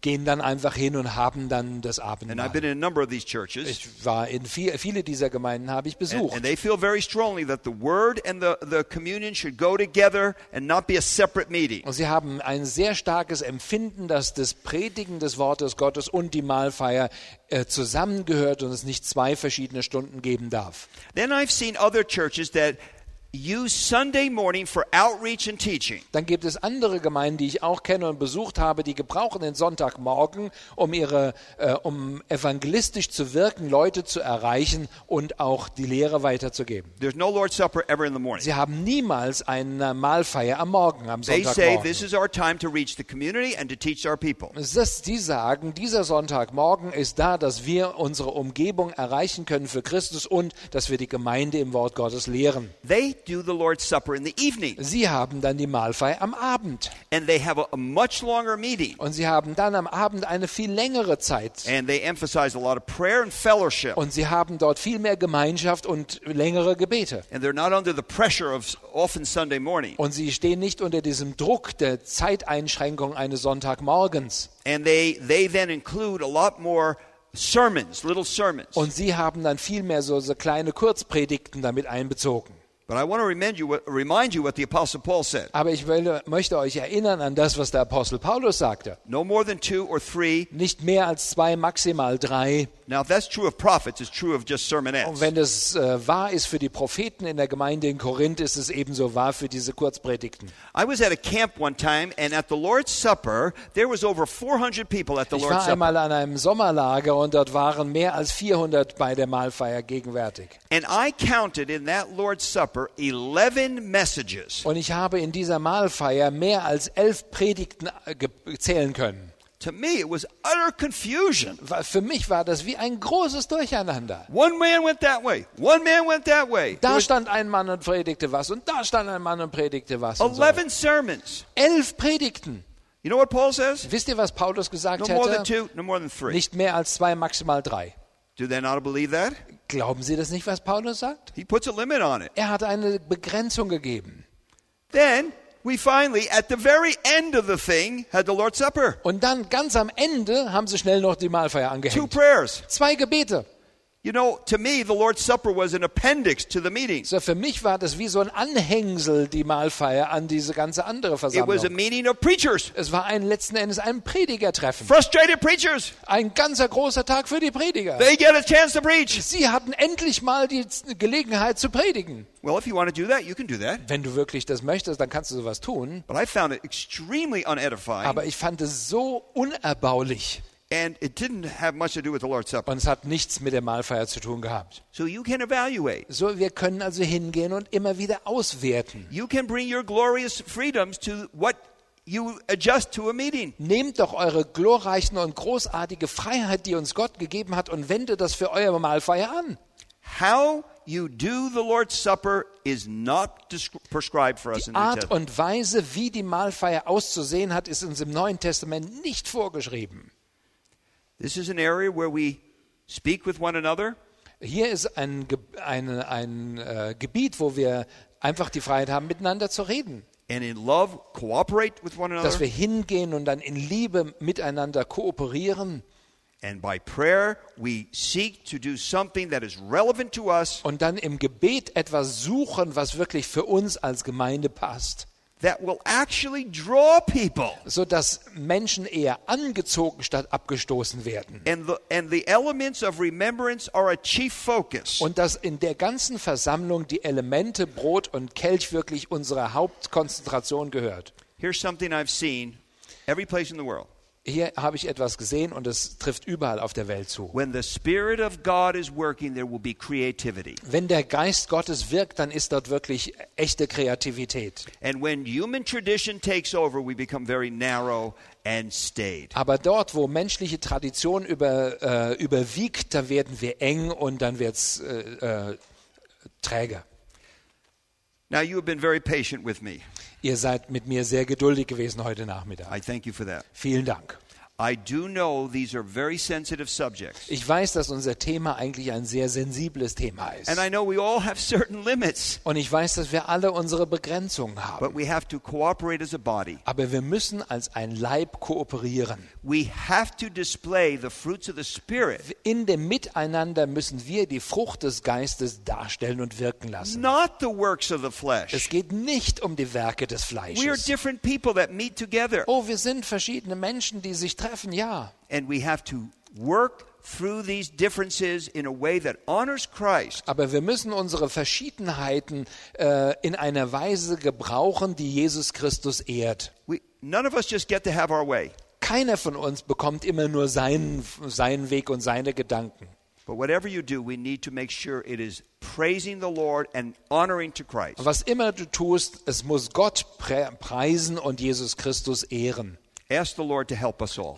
S2: gehen dann einfach hin und haben dann das
S1: And I've
S2: Abendmahl.
S1: been in a number of these churches,
S2: Ich war in viel, viele dieser Gemeinden habe ich
S1: and,
S2: besucht.
S1: and they feel very strongly that the word and the, the communion should go together and not be a separate meeting.
S2: Und sie haben ein sehr starkes Empfinden, dass das Predigen des Wortes Gottes und die Mahlfeier äh, zusammengehört und es nicht zwei verschiedene Stunden geben darf.
S1: Then I've seen other churches that use Sunday morning for outreach and teaching.
S2: Dann gibt es andere Gemeinden, die ich auch kenne und besucht habe, die gebrauchen den Sonntagmorgen, um, ihre, äh, um evangelistisch zu wirken, Leute zu erreichen und auch die Lehre weiterzugeben.
S1: There's no Lord's Supper ever in the morning.
S2: Sie haben niemals eine Mahlfeier am Morgen, am
S1: They say this
S2: Sonntagmorgen.
S1: is our time to reach the community and to teach our people.
S2: Es ist, die sagen, dieser Sonntagmorgen ist da, dass wir unsere Umgebung erreichen können für Christus und dass wir die Gemeinde im Wort Gottes lehren.
S1: They do the Lord's Supper in the evening
S2: Sie haben dann die Mahlfeier am Abend.
S1: and they have a, a much longer meeting
S2: Und sie haben dann am Abend eine viel längere Zeit.
S1: and they emphasize a lot of prayer and fellowship.
S2: Und sie haben dort viel mehr Gemeinschaft und längere Gebete.
S1: And they're not under the pressure of s- often Sunday morning.
S2: Und sie stehen nicht unter diesem Druck der Zeiteinschränkung eines Sonntagmorgens.
S1: And they, they then include a lot more sermons, little sermons.
S2: Und sie haben dann viel mehr so, so kleine Kurzpredigten damit einbezogen.
S1: But I want to remind you, what- remind you what the Apostle Paul said.
S2: Aber ich will, möchte euch erinnern an das, was der Apostel Paulus sagte.
S1: No more than two or three.
S2: Nicht mehr als zwei, maximal drei.
S1: Now, if that's true of prophets, it's true of just
S2: Und
S1: sermonettes.
S2: wenn das äh, wahr ist für die Propheten in der Gemeinde in Korinth, ist es ebenso wahr für diese Kurzpredigten.
S1: I was at a camp one time, and at the Lord's Supper, there was over 400 people at the
S2: Ich war
S1: Lord's Supper.
S2: einmal an einem Sommerlager und dort waren mehr als 400 bei der Mahlfeier gegenwärtig.
S1: And I counted in that Lord's Supper 11 messages
S2: Und ich habe in dieser Mahlfeier mehr als elf Predigten äh, ge- zählen können.
S1: To me, it was utter confusion.
S2: Wa- Für mich war das wie ein großes Durcheinander.
S1: One man went that way. One man went that way. There
S2: Da
S1: was
S2: stand ein Mann und predigte was und da stand ein Mann und predigte was. Und so.
S1: 11 sermons.
S2: Elf Predigten.
S1: You know what Paul says?
S2: Wisst ihr, was Paulus gesagt
S1: No more than
S2: hätte?
S1: two, no more than three.
S2: Nicht mehr als zwei, maximal drei.
S1: Do they not believe that?
S2: Glauben Sie das nicht, was Paulus sagt?
S1: He puts a limit on it.
S2: Er hat eine Begrenzung gegeben.
S1: Then we finally, at the very end of the thing, had the Lord's Supper.
S2: Und dann ganz am Ende haben sie schnell noch die Mahlfeier
S1: Two
S2: angehängt.
S1: prayers.
S2: Zwei Gebete.
S1: You know, to me, the Lord's Supper was an appendix to the meeting.
S2: So für mich war das wie so ein Anhängsel, die Mahlfeier, an diese ganze andere
S1: It was a
S2: Versammlung.
S1: meeting of preachers,
S2: Es war ein letzten Endes ein Predigertreffen.
S1: frustrated preachers.
S2: Ein ganzer großer Tag für die Prediger.
S1: They get a chance to preach.
S2: Sie hatten endlich mal die Z- Gelegenheit zu predigen.
S1: Well, if you want to do that, you can do that.
S2: Wenn du wirklich das möchtest, dann kannst du sowas tun.
S1: But I found it extremely unedifying.
S2: Aber ich fand es so unerbaulich.
S1: And it didn't have much to do with the Lord's Supper.
S2: Und es hat nichts mit der Mahlfeier zu tun gehabt.
S1: So you can evaluate.
S2: So, wir können also hingehen und immer wieder auswerten.
S1: You can bring your glorious freedoms to what you adjust to a meeting.
S2: Nehmt doch eure glorreichen und großartige Freiheit, die uns Gott gegeben hat, und wendet das für eure Mahlfeier an.
S1: How you do the Lord's Supper is not dis- prescribed for us in
S2: Die
S1: the New
S2: Art
S1: Testament.
S2: und Weise, wie die Mahlfeier auszusehen hat, ist uns im Neuen Testament nicht vorgeschrieben.
S1: This is an area where we speak with one another.
S2: Hier ist ein, Ge ein, ein äh, Gebiet, wo wir einfach die Freiheit haben, miteinander zu reden.
S1: And in love, cooperate with one
S2: Dass wir
S1: another.
S2: hingehen und dann in Liebe miteinander kooperieren.
S1: And by prayer, we seek to do something that is relevant to us
S2: und dann im Gebet etwas suchen, was wirklich für uns als Gemeinde passt,
S1: that will actually draw people.
S2: so dass Menschen eher angezogen statt abgestoßen werden.
S1: And the, and the elements of remembrance are a chief focus.
S2: Und dass in der ganzen Versammlung die Elemente Brot und Kelch wirklich unserer Hauptkonzentration gehört.
S1: Here's something I've seen every place in the world.
S2: Hier habe ich etwas gesehen und es trifft überall auf der Welt zu.
S1: When the Spirit of God is working, there will be creativity.
S2: Wenn der Geist Gottes wirkt, dann ist dort wirklich echte Kreativität.
S1: And when human tradition takes over, we become very narrow and staid.
S2: Aber dort, wo menschliche Tradition über, äh, überwiegt, da werden wir eng und dann wird es äh, äh, träge.
S1: Now, you have been very patient with me.
S2: Ihr seid mit mir sehr geduldig gewesen heute Nachmittag.
S1: I thank you for that.
S2: Vielen Dank.
S1: I do know these are very sensitive subjects.
S2: Ich weiß, dass unser Thema eigentlich ein sehr sensibles Thema ist.
S1: And I know we all have certain limits,
S2: Und ich weiß, dass wir alle unsere Begrenzungen
S1: but
S2: haben.
S1: we have to cooperate as a body.
S2: Aber wir müssen als ein Leib kooperieren.
S1: We have to display the fruits of the Spirit,
S2: In dem Miteinander müssen wir die Frucht des Geistes darstellen und wirken lassen.
S1: not the works of the
S2: Es
S1: flesh.
S2: geht nicht um die Werke des
S1: We are
S2: Fleisches.
S1: different people that meet together.
S2: Oh, wir sind verschiedene Menschen, die sich treffen, ja.
S1: and we have to work through these differences in a way that honors Christ.
S2: Aber wir müssen unsere Verschiedenheiten äh, in einer Weise gebrauchen, die Jesus Christus ehrt.
S1: We, none of us just get to have our way.
S2: Keiner von uns bekommt immer nur seinen, seinen Weg und seine Gedanken.
S1: But whatever you do, we need to make sure it is praising the Lord and honoring to Christ.
S2: Was immer du tust, es muss Gott pre- preisen und Jesus Christus ehren.
S1: Ask the Lord to help us all.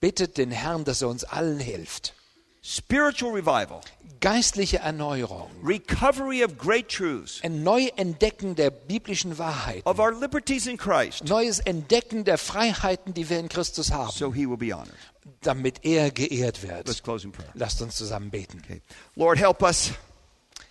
S2: Bittet den Herrn, dass er uns allen hilft.
S1: Spiritual revival,
S2: Geistliche Erneuerung,
S1: recovery of great truths,
S2: ein Neuentdecken der biblischen Wahrheit,
S1: of our liberties in Christ,
S2: neues Entdecken der Freiheiten, die wir in Christus haben,
S1: so he will be honored.
S2: damit er geehrt
S1: Let's
S2: wird.
S1: close in prayer.
S2: Lasst uns zusammen beten.
S1: Okay. Lord, help us.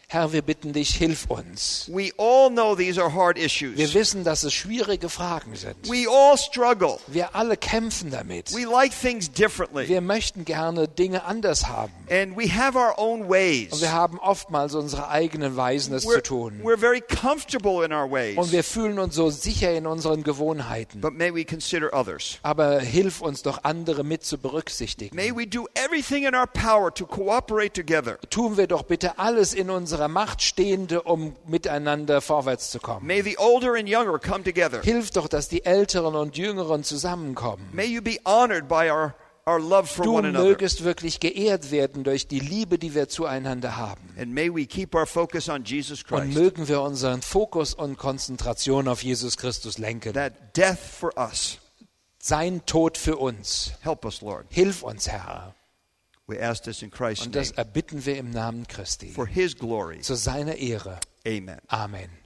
S2: Herr, wir bitten dich, hilf uns.
S1: We all know these are hard
S2: Wir
S1: issues.
S2: wissen, dass es schwierige Fragen sind.
S1: We all struggle.
S2: Wir alle kämpfen damit.
S1: We like things differently.
S2: Wir möchten gerne Dinge anders haben.
S1: And we have our own
S2: Und
S1: ways.
S2: wir haben oftmals unsere eigenen Weisen, es
S1: We're,
S2: zu tun.
S1: we're very comfortable in our
S2: Und
S1: ways.
S2: wir fühlen uns so sicher in unseren Gewohnheiten.
S1: But may we consider others.
S2: Aber hilf uns doch, andere mit zu berücksichtigen.
S1: May we do everything in our power to cooperate together.
S2: Tun wir doch bitte alles in unserer Macht Stehende, um miteinander vorwärts zu kommen.
S1: May the older and younger come together.
S2: Hilf doch, dass die Älteren und Jüngeren zusammenkommen.
S1: May you be honored by our, our love for
S2: Du
S1: one another.
S2: mögest wirklich geehrt werden durch die Liebe, die wir zueinander haben.
S1: And may we keep our focus on Jesus
S2: Und
S1: Christ.
S2: mögen wir unseren Fokus und Konzentration auf Jesus Christus lenken.
S1: That death for us.
S2: Sein Tod für uns.
S1: Help us, Lord.
S2: Hilf uns, Herr.
S1: We ask this in Christ's
S2: Und das
S1: name.
S2: erbitten wir im Namen Christi.
S1: For his glory.
S2: Zu seiner Ehre.
S1: Amen.
S2: Amen.